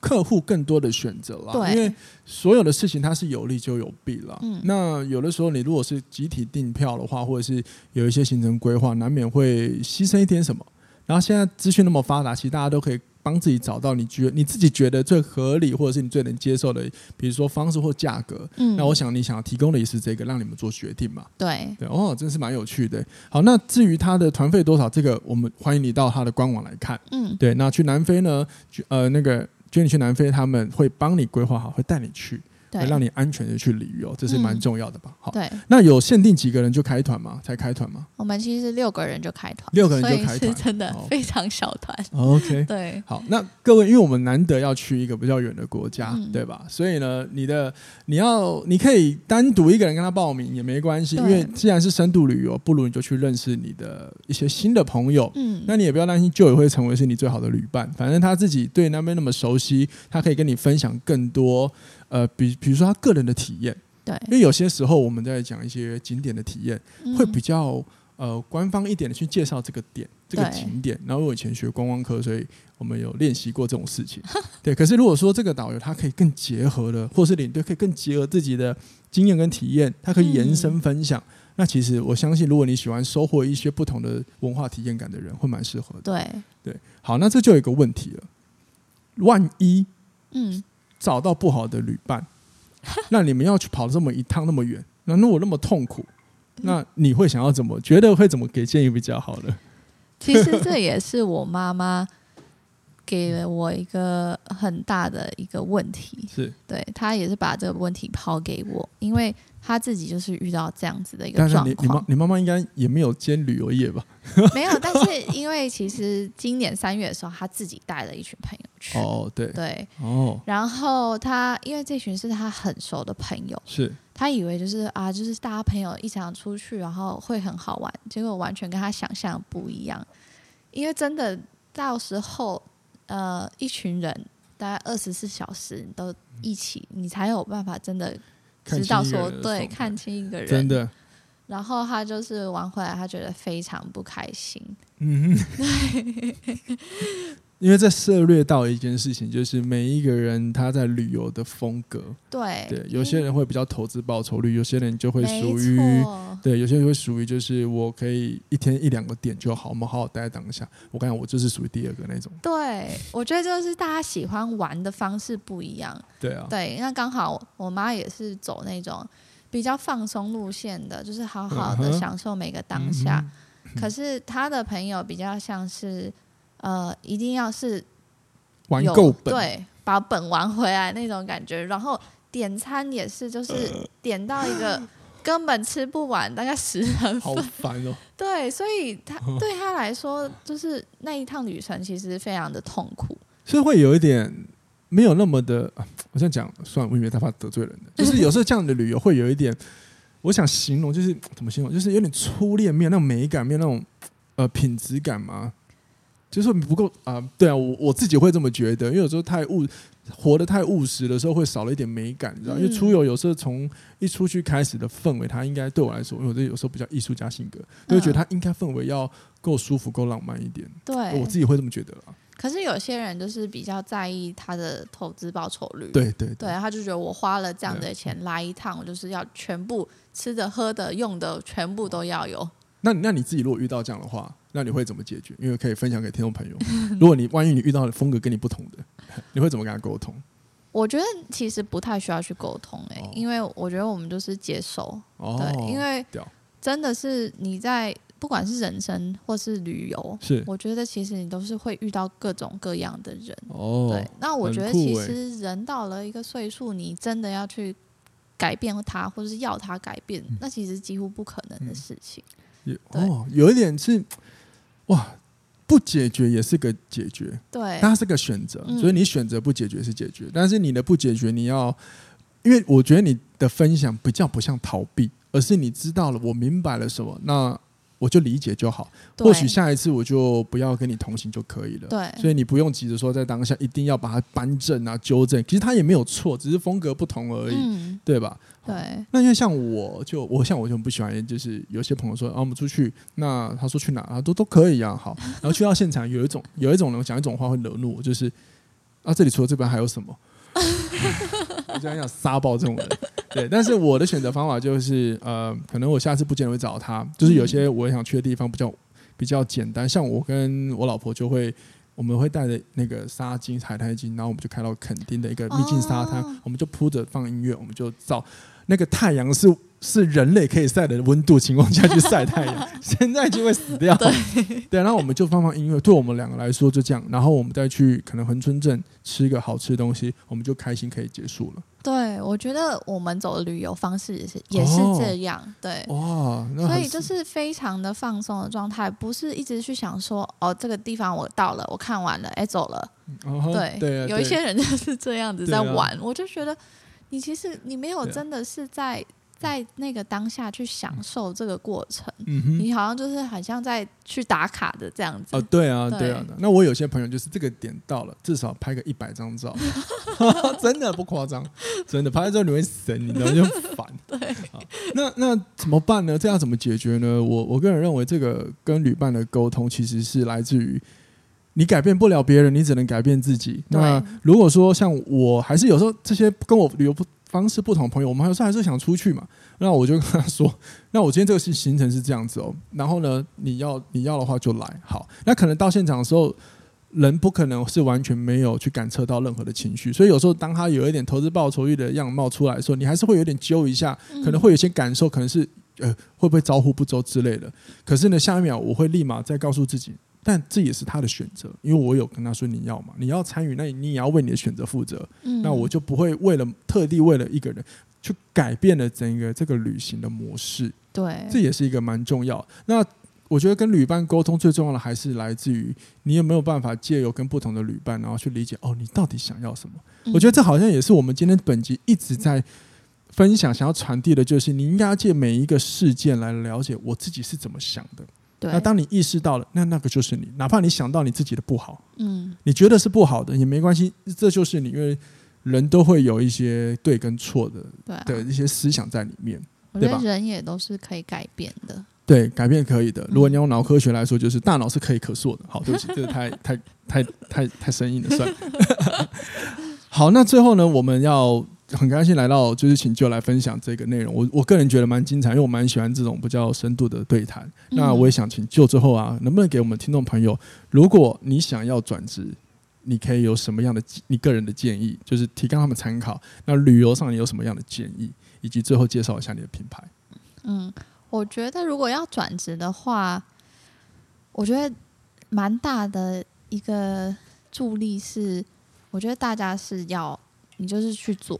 [SPEAKER 1] 客户更多的选择啦。
[SPEAKER 2] 对
[SPEAKER 1] 因为所有的事情它是有利就有弊啦。
[SPEAKER 2] 嗯
[SPEAKER 1] 那有的时候你如果是集体订票的话，或者是有一些行程规划，难免会牺牲一点什么。然后现在资讯那么发达，其实大家都可以帮自己找到你觉你自己觉得最合理，或者是你最能接受的，比如说方式或价格。
[SPEAKER 2] 嗯，
[SPEAKER 1] 那我想你想要提供的也是这个，让你们做决定嘛。
[SPEAKER 2] 对，
[SPEAKER 1] 对哦，真是蛮有趣的。好，那至于它的团费多少，这个我们欢迎你到它的官网来看。
[SPEAKER 2] 嗯，
[SPEAKER 1] 对，那去南非呢？去呃，那个捐你去南非，他们会帮你规划好，会带你去，
[SPEAKER 2] 对，
[SPEAKER 1] 会让你安全的去旅游，这是蛮
[SPEAKER 2] 嗯
[SPEAKER 1] 重要的吧？好，
[SPEAKER 2] 对，
[SPEAKER 1] 那有限定几个人就开团吗？才开团吗
[SPEAKER 2] 我们其实六个人就开团，
[SPEAKER 1] 六个人就开团
[SPEAKER 2] 所以是真的
[SPEAKER 1] 哦
[SPEAKER 2] 非常小团。
[SPEAKER 1] ？OK，
[SPEAKER 2] 对，
[SPEAKER 1] 好，那各位，因为我们难得要去一个比较远的国家，
[SPEAKER 2] 嗯
[SPEAKER 1] 对吧？所以呢，你的你要你可以单独一个人跟他报名也没关系，因
[SPEAKER 2] 对
[SPEAKER 1] 为既然是深度旅游，不如你就去认识你的一些新的朋友，
[SPEAKER 2] 嗯，
[SPEAKER 1] 那你也不要担心，舅也会成为是你最好的旅伴。反正他自己对那边那么熟悉，他可以跟你分享更多，呃，比比如说他个人的体验。
[SPEAKER 2] 对，
[SPEAKER 1] 因为有些时候我们在讲一些景点的体验，
[SPEAKER 2] 嗯
[SPEAKER 1] 会比较呃官方一点的去介绍这个点、这个
[SPEAKER 2] 对
[SPEAKER 1] 景点。然后我以前学观光科，所以我们有练习过这种事情。 对，可是如果说这个导游他可以更结合的，或是领队可以更结合自己的经验跟体验，他可以延伸分享。
[SPEAKER 2] 嗯
[SPEAKER 1] 那其实我相信，如果你喜欢收获一些不同的文化体验感的人，会蛮适合的。
[SPEAKER 2] 对，
[SPEAKER 1] 对，好，那这就有一个问题了，万一
[SPEAKER 2] 嗯，
[SPEAKER 1] 找到不好的旅伴， 那你们要去跑这么一趟那么远，那那我那么痛苦，
[SPEAKER 2] 嗯
[SPEAKER 1] 那你会想要怎么？觉得会怎么给建议比较好 呢？
[SPEAKER 2] 其实这也是我妈妈给了我一个很大的一个问题，
[SPEAKER 1] 是，
[SPEAKER 2] 对她也是把这个问题抛给我，因为她自己就是遇到这样子的一个
[SPEAKER 1] 但是你
[SPEAKER 2] 状
[SPEAKER 1] 你妈
[SPEAKER 2] 况，
[SPEAKER 1] 你妈妈应该也没有兼旅游业吧？
[SPEAKER 2] 没有，但是因为其实今年三月的时候，她自己带了一群朋友去，
[SPEAKER 1] 哦，对，
[SPEAKER 2] 对，
[SPEAKER 1] 哦，
[SPEAKER 2] 然后她因为这群是她很熟的朋友，
[SPEAKER 1] 是，
[SPEAKER 2] 她以为就是啊，就是大家朋友一起出去，然后会很好玩，结果完全跟她想象的不一样。因为真的到时候，呃，一群人大概二十四小时都一起，你才有办法真的
[SPEAKER 1] 看
[SPEAKER 2] 知道
[SPEAKER 1] 清一个
[SPEAKER 2] 说
[SPEAKER 1] 人的
[SPEAKER 2] 对
[SPEAKER 1] 状态
[SPEAKER 2] 看清一个人。
[SPEAKER 1] 真。的，
[SPEAKER 2] 然后她就是玩回来，她觉得非常不开心。
[SPEAKER 1] 嗯，因为这涉略到一件事情，就是每一个人他在旅游的风格，
[SPEAKER 2] 对
[SPEAKER 1] 对，有些人会比较投资报酬率，有些人就会
[SPEAKER 2] 没
[SPEAKER 1] 属于
[SPEAKER 2] 错
[SPEAKER 1] 对，有些人会属于就是我可以一天一两个点就好，我们好好待在当下。我感觉我就是属于第二个那种。
[SPEAKER 2] 对，我觉得就是大家喜欢玩的方式不一样。
[SPEAKER 1] 对啊，
[SPEAKER 2] 对，那刚好我妈也是走那种比较放松路线的，就是好好
[SPEAKER 1] 嗯
[SPEAKER 2] 的
[SPEAKER 1] 哼
[SPEAKER 2] 享受每个当下。
[SPEAKER 1] 嗯
[SPEAKER 2] 可是她的朋友比较像是，呃，一定要是
[SPEAKER 1] 玩
[SPEAKER 2] 有
[SPEAKER 1] 够本，
[SPEAKER 2] 对把本玩回来那种感觉。然后点餐也是，就是
[SPEAKER 1] 呃
[SPEAKER 2] 点到一个根本吃不完，大概十人
[SPEAKER 1] 好哦
[SPEAKER 2] 份。
[SPEAKER 1] 烦哦、
[SPEAKER 2] 对，所以他对他来说，就是那一趟旅程其实非常的痛苦。
[SPEAKER 1] 所以会有一点没有那么的，啊我这样讲算了，我以为他怕得罪人 的，就是有时候这样的旅游会有一点，我想形容就是怎么形容，就是有点粗劣，没有那种美感，没有那种呃品质感嘛，就是不够啊、对啊，我我自己会这么觉得，因为有时候太务活得太务实的时候，会少了一点美感，你知道，
[SPEAKER 2] 嗯
[SPEAKER 1] 因为出游有时候从一出去开始的氛围，它应该对我来说，因为我这有时候比较艺术家性格，就会觉得
[SPEAKER 2] 嗯
[SPEAKER 1] 它应该氛围要够舒服、够浪漫一点，
[SPEAKER 2] 对
[SPEAKER 1] 我，自己会这么觉得啦。
[SPEAKER 2] 可是有些人就是比较在意他的投资报酬率。
[SPEAKER 1] 对对
[SPEAKER 2] 对，他就觉得我花了这样的钱来一趟，我就是要全部吃的、喝的、用的全部都要有。
[SPEAKER 1] 那你那你自己如果遇到这样的话，那你会怎么解决？因为可以分享给听众朋友。如果你万一你遇到的风格跟你不同的， 你会怎么跟他沟通？
[SPEAKER 2] 我觉得其实不太需要去沟通哎、
[SPEAKER 1] 哦
[SPEAKER 2] 因为我觉得我们就是接受，
[SPEAKER 1] 哦，
[SPEAKER 2] 对，因为
[SPEAKER 1] 屌
[SPEAKER 2] 真的是你在不管是人生或是旅游，
[SPEAKER 1] 是
[SPEAKER 2] 我觉得其实你都是会遇到各种各样的人。
[SPEAKER 1] 哦
[SPEAKER 2] 对，，那我
[SPEAKER 1] 很
[SPEAKER 2] 觉得
[SPEAKER 1] 酷
[SPEAKER 2] 其
[SPEAKER 1] 欸
[SPEAKER 2] 实人到了一个岁数，你真的要去改变他，或者是要他改变，那其实几乎不可能的
[SPEAKER 1] 嗯
[SPEAKER 2] 事情。
[SPEAKER 1] 有
[SPEAKER 2] 对
[SPEAKER 1] 哦，有一点是哇，不解决也是个解决，
[SPEAKER 2] 对
[SPEAKER 1] 但，它是个选择，
[SPEAKER 2] 嗯
[SPEAKER 1] 所以你选择不解决是解决，但是你的不解决你要，因为我觉得你的分享比较不像逃避，而是你知道了，我明白了什么，那我就理解就好。
[SPEAKER 2] 对
[SPEAKER 1] 或许下一次我就不要跟你同行就可以了。
[SPEAKER 2] 对
[SPEAKER 1] 所以你不用急着说在当下一定要把它扳正啊、纠正。其实它也没有错，只是风格不同而已，
[SPEAKER 2] 嗯，
[SPEAKER 1] 对吧？
[SPEAKER 2] 对，
[SPEAKER 1] 那因为像我就我像我就很不喜欢，就是有些朋友说啊，我们出去，那他说去哪啊，都都可以啊，好。然后去到现场，有一种有一种人讲一种话会惹怒我，就是啊，这里除了这边还有什么？ 我就很想杀爆这种人。对，但是我的选择方法就是呃，可能我下次不见得会找他，就是有些我想去的地方比较比较简单，像我跟我老婆就会。我们会带着那个纱巾、海苔巾，然后我们就开到垦丁的一个秘境沙滩，
[SPEAKER 2] 哦
[SPEAKER 1] 我们就铺着放音乐，我们就照那个太阳是是人类可以晒的温度情况下去晒太 阳，现在就会死掉。对，然后我们就放放音乐，对我们两个来说就这样，然后我们再去可能恒春镇吃个好吃的东西，我们就开心可以结束了。
[SPEAKER 2] 对，我觉得我们走的旅游方式也是也是
[SPEAKER 1] 哦
[SPEAKER 2] 这样，对。
[SPEAKER 1] 哇，那
[SPEAKER 2] 所
[SPEAKER 1] 很
[SPEAKER 2] 以就是非常的放松的状态，不是一直去想说哦，这个地方我到了，我看完了，哎，走了。
[SPEAKER 1] 嗯哼
[SPEAKER 2] 对，
[SPEAKER 1] 对啊，
[SPEAKER 2] 有一
[SPEAKER 1] 对
[SPEAKER 2] 些人就是这样子
[SPEAKER 1] 对
[SPEAKER 2] 在
[SPEAKER 1] 啊
[SPEAKER 2] 玩，我就觉得你其实你没有
[SPEAKER 1] 对啊
[SPEAKER 2] 真的是在、在那个当下去享受这个过程，
[SPEAKER 1] 嗯哼。
[SPEAKER 2] 你好像就是好像在去打卡的这样子。
[SPEAKER 1] 哦，对啊，
[SPEAKER 2] 对
[SPEAKER 1] 对啊，那我有些朋友就是这个点到了，至少拍个一百张照， 真的不夸张，真的拍了之后你会神，你知道就很烦。
[SPEAKER 2] 对，
[SPEAKER 1] 那那怎么办呢？这要怎么解决呢？我我个人认为，这个跟旅伴的沟通其实是来自于你改变不了别人，你只能改变自己。
[SPEAKER 2] 对
[SPEAKER 1] 那如果说像我，还是有时候这些跟我旅游不方式不同的朋友，我们有时候还是想出去嘛。那我就跟他说， 那我今天这个行行程是这样子哦，然后呢，你要你要的话就来。好，那可能到现场的时候。人不可能是完全没有去感测到任何的情绪，所以有时候当他有一点投资报酬率的样貌出来的时候，你还是会有点揪一下，可能
[SPEAKER 2] 嗯
[SPEAKER 1] 会有一些感受，可能是呃会不会招呼不周之类的。可是呢，下一秒我会立马再告诉自己，但这也是他的选择，因为我有跟他说你要嘛，你要参与，那你也要为你的选择负责。
[SPEAKER 2] 嗯
[SPEAKER 1] 那我就不会为了特地为了一个人去改变了整个这个旅行的模式，
[SPEAKER 2] 对
[SPEAKER 1] 这也是一个蛮重要。那我觉得跟旅伴沟通最重要的还是来自于你有没有办法借由跟不同的旅伴，然后去理解哦，你到底想要什么。
[SPEAKER 2] 嗯
[SPEAKER 1] 我觉得这好像也是我们今天本集一直在分享、想要传递的，就是你应该要借每一个事件来了解我自己是怎么想的。
[SPEAKER 2] 对
[SPEAKER 1] 那当你意识到了，那那个就是你，哪怕你想到你自己的不好，
[SPEAKER 2] 嗯
[SPEAKER 1] 你觉得是不好的也没关系，这就是你，因为人都会有一些对跟错的
[SPEAKER 2] 对、啊、
[SPEAKER 1] 的一些思想在里面。
[SPEAKER 2] 我
[SPEAKER 1] 对
[SPEAKER 2] 觉得
[SPEAKER 1] 吧
[SPEAKER 2] 人也都是可以改变的。
[SPEAKER 1] 对，改变可以的。如果你用脑科学来说，就是大脑是可以可塑的。好，对不起，这个太太太太太生硬了，算了。 好，那最后呢，我们要很开心来到，就是请就来分享这个内容。我我个人觉得蛮精彩，因为我蛮喜欢这种比较深度的对谈。那我也想请就最后啊，能不能给我们听众朋友，如果你想要转职，你可以有什么样的你个人的建议，就是提供他们参考。那旅游上你有什么样的建议，以及最后介绍一下你的品牌。
[SPEAKER 2] 嗯，我觉得如果要转职的话，我觉得蛮大的一个助力是，我我觉得大家是要你就是去做，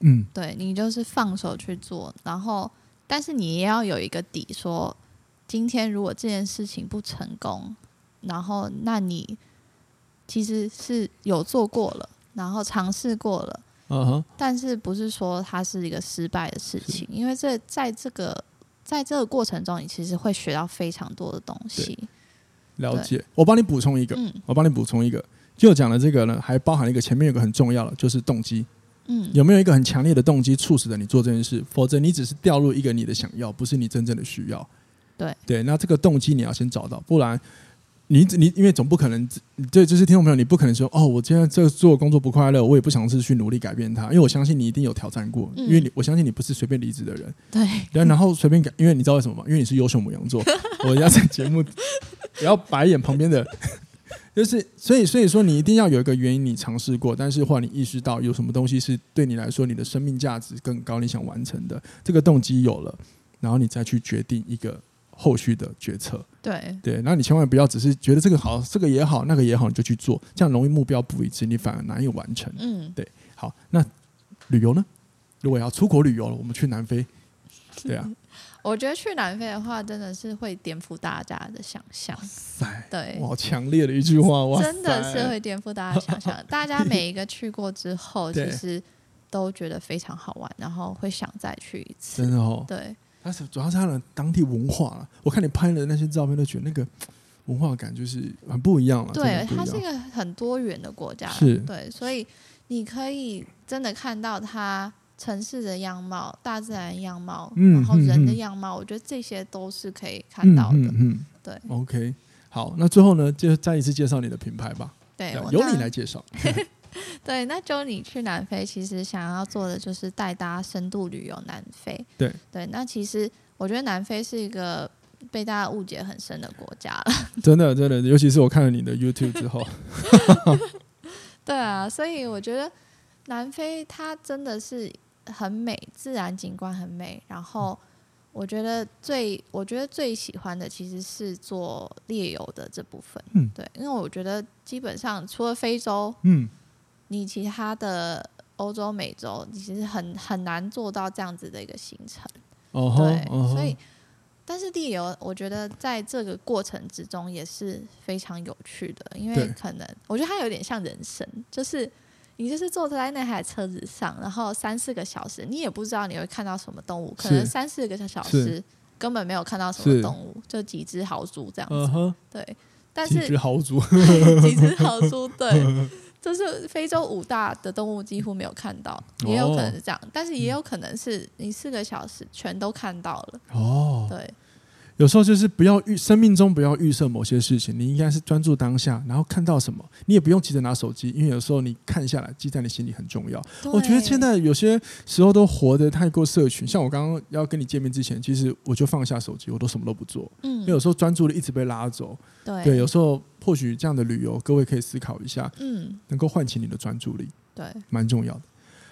[SPEAKER 1] 嗯，
[SPEAKER 2] 对你就是放手去做，然后但是你也要有一个底说今天如果这件事情不成功，然后那你其实是有做过了，然后尝试过了，
[SPEAKER 1] 啊哈，
[SPEAKER 2] 但是不是说它是一个失败的事情，因为这在这个在这个过程中，你其实会学到非常多的东西。
[SPEAKER 1] 了解。我帮你补充一个，
[SPEAKER 2] 嗯
[SPEAKER 1] 我帮你补充一个，就讲的这个呢，还包含了一个前面有个很重要的，就是动机。
[SPEAKER 2] 嗯，
[SPEAKER 1] 有没有一个很强烈的动机促使着你做这件事？否则你只是掉入一个你的想要，不是你真正的需要。
[SPEAKER 2] 对
[SPEAKER 1] 对，那这个动机你要先找到，不然你你因为总不可能，对，就是听众朋友，你不可能说哦，我今天这做工作不快乐，我也不尝试去努力改变它，因为我相信你一定有挑战过，
[SPEAKER 2] 嗯
[SPEAKER 1] 因为你我相信你不是随便离职的人，
[SPEAKER 2] 对，
[SPEAKER 1] 啊然然后随便改，因为你知道为什么吗？因为你是优秀母羊座，我要在节目，也要白眼旁边的， 就是所以所以说你一定要有一个原因你尝试过，但是或你意识到有什么东西是对你来说你的生命价值更高，你想完成的这个动机有了，然后你再去决定一个后续的决策。
[SPEAKER 2] 对，
[SPEAKER 1] 对，那你千万不要只是觉得这个好，这个也好，那个也好，你就去做，这样容易目标不一致，你反而难以完成。
[SPEAKER 2] 嗯，
[SPEAKER 1] 好，那旅游呢？如果要出国旅游了，我们去南非，对啊，
[SPEAKER 2] 我觉得去南非的话，真的是会颠覆大家的想象，
[SPEAKER 1] 塞。
[SPEAKER 2] 对
[SPEAKER 1] 哇，，好强烈的一句话，哇塞，
[SPEAKER 2] 真的是会颠覆大家的 想象。大家每一个去过之后，
[SPEAKER 1] 对
[SPEAKER 2] 其实都觉得非常好玩，然后会想再去一次
[SPEAKER 1] 真。的哦。
[SPEAKER 2] 对，
[SPEAKER 1] 但是主要是它的当地文化了，我看你拍的那些照片，都觉得那个嘖文化感就是很不一样了。
[SPEAKER 2] 对，
[SPEAKER 1] 真的
[SPEAKER 2] 它
[SPEAKER 1] 啊不
[SPEAKER 2] 是
[SPEAKER 1] 一
[SPEAKER 2] 一
[SPEAKER 1] 样
[SPEAKER 2] 个很多元的国家，
[SPEAKER 1] 是
[SPEAKER 2] 对，所以你可以真的看到它城市的样貌、大自然样貌，
[SPEAKER 1] 嗯
[SPEAKER 2] 然后
[SPEAKER 1] 嗯
[SPEAKER 2] 人的
[SPEAKER 1] 嗯
[SPEAKER 2] 样貌，我觉得这些都是可以看到的。
[SPEAKER 1] 嗯嗯
[SPEAKER 2] 对
[SPEAKER 1] 嗯，OK。好，那最后呢，就再一次介绍你的品牌吧，
[SPEAKER 2] 对，
[SPEAKER 1] 对
[SPEAKER 2] 哎我
[SPEAKER 1] 由
[SPEAKER 2] 那
[SPEAKER 1] 你来介 绍。
[SPEAKER 2] 对，那就你去南非，其实想要做的就是带大家深度旅游南非。
[SPEAKER 1] 对
[SPEAKER 2] 对，那其实我觉得南非是一个被大家误解很深的国家了。
[SPEAKER 1] 真的，真的，尤其是我看了你的 YouTube 之后，
[SPEAKER 2] 对啊，所以我觉得南非它真的是很美，自然景观很美。然后我觉得最我觉得最喜欢的其实是做猎游的这部分。
[SPEAKER 1] 嗯
[SPEAKER 2] 对，因为我觉得基本上除了非洲，
[SPEAKER 1] 嗯，
[SPEAKER 2] 你其他的欧洲、美洲，你其实很很难做到这样子的一个行程。
[SPEAKER 1] 哦吼，
[SPEAKER 2] 对，
[SPEAKER 1] 哦吼
[SPEAKER 2] 所以，但是地游，我觉得在这个过程之中也是非常有趣的，因
[SPEAKER 1] 对
[SPEAKER 2] 为可能我觉得它有点像人生，就是你就是坐在那台车子上，然后三四个小时，你也不知道你会看到什么动物，可能
[SPEAKER 1] 是
[SPEAKER 2] 三四个小时根本没有看到什
[SPEAKER 1] 是
[SPEAKER 2] 么动物，就几只豪猪这样
[SPEAKER 1] 嗯
[SPEAKER 2] 子。
[SPEAKER 1] 哼，
[SPEAKER 2] 对，但
[SPEAKER 1] 几
[SPEAKER 2] 是
[SPEAKER 1] 只豪 猪，
[SPEAKER 2] 几只豪猪， 对，就是非洲五大的动物几乎没有看到，也
[SPEAKER 1] 哦
[SPEAKER 2] 有可能是这样，但是
[SPEAKER 1] 嗯
[SPEAKER 2] 也有可能是你四个小时全都看到了，
[SPEAKER 1] 哦，
[SPEAKER 2] 对，
[SPEAKER 1] 有时候就是不要预，生命中不要预设某些事情，你应该是专注当下，然后看到什么，你也不用急着拿手机，因为有时候你看下来，记在你心里很重要。我觉得现在有些时候都活得太过社群，像我刚刚要跟你见面之前，其实我就放下手机，我都什么都不做，
[SPEAKER 2] 嗯
[SPEAKER 1] 因为有时候专注力一直被拉走。
[SPEAKER 2] 对
[SPEAKER 1] 对，有时候或许这样的旅游，各位可以思考一下，
[SPEAKER 2] 嗯
[SPEAKER 1] 能够唤起你的专注力。
[SPEAKER 2] 对，
[SPEAKER 1] 蛮重要的。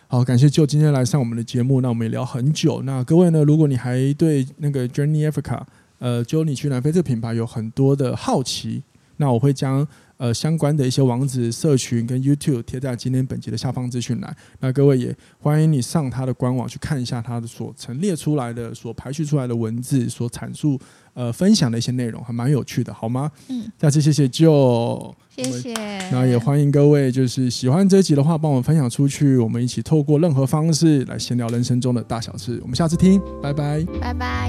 [SPEAKER 1] 好，感谢就今天来上我们的节目，那我们也聊很久。那各位呢，如果你还对那个 Journey Africa，呃，Journey 去南非这个品牌有很多的好奇，那我会将呃相关的一些网址、社群跟 YouTube 贴在今天本集的下方资讯栏。那各位也欢迎你上它的官网去看一下它的所陈列出来的、所排序出来的文字、所阐述呃分享的一些内容，还蛮有趣的，好吗？
[SPEAKER 2] 嗯，
[SPEAKER 1] 再次谢谢 Joe。
[SPEAKER 2] 谢谢，
[SPEAKER 1] 那也欢迎各位，就是喜欢这一集的话，帮我们分享出去，我们一起透过任何方式来闲聊人生中的大小事。我们下次听，拜拜。
[SPEAKER 2] 拜拜。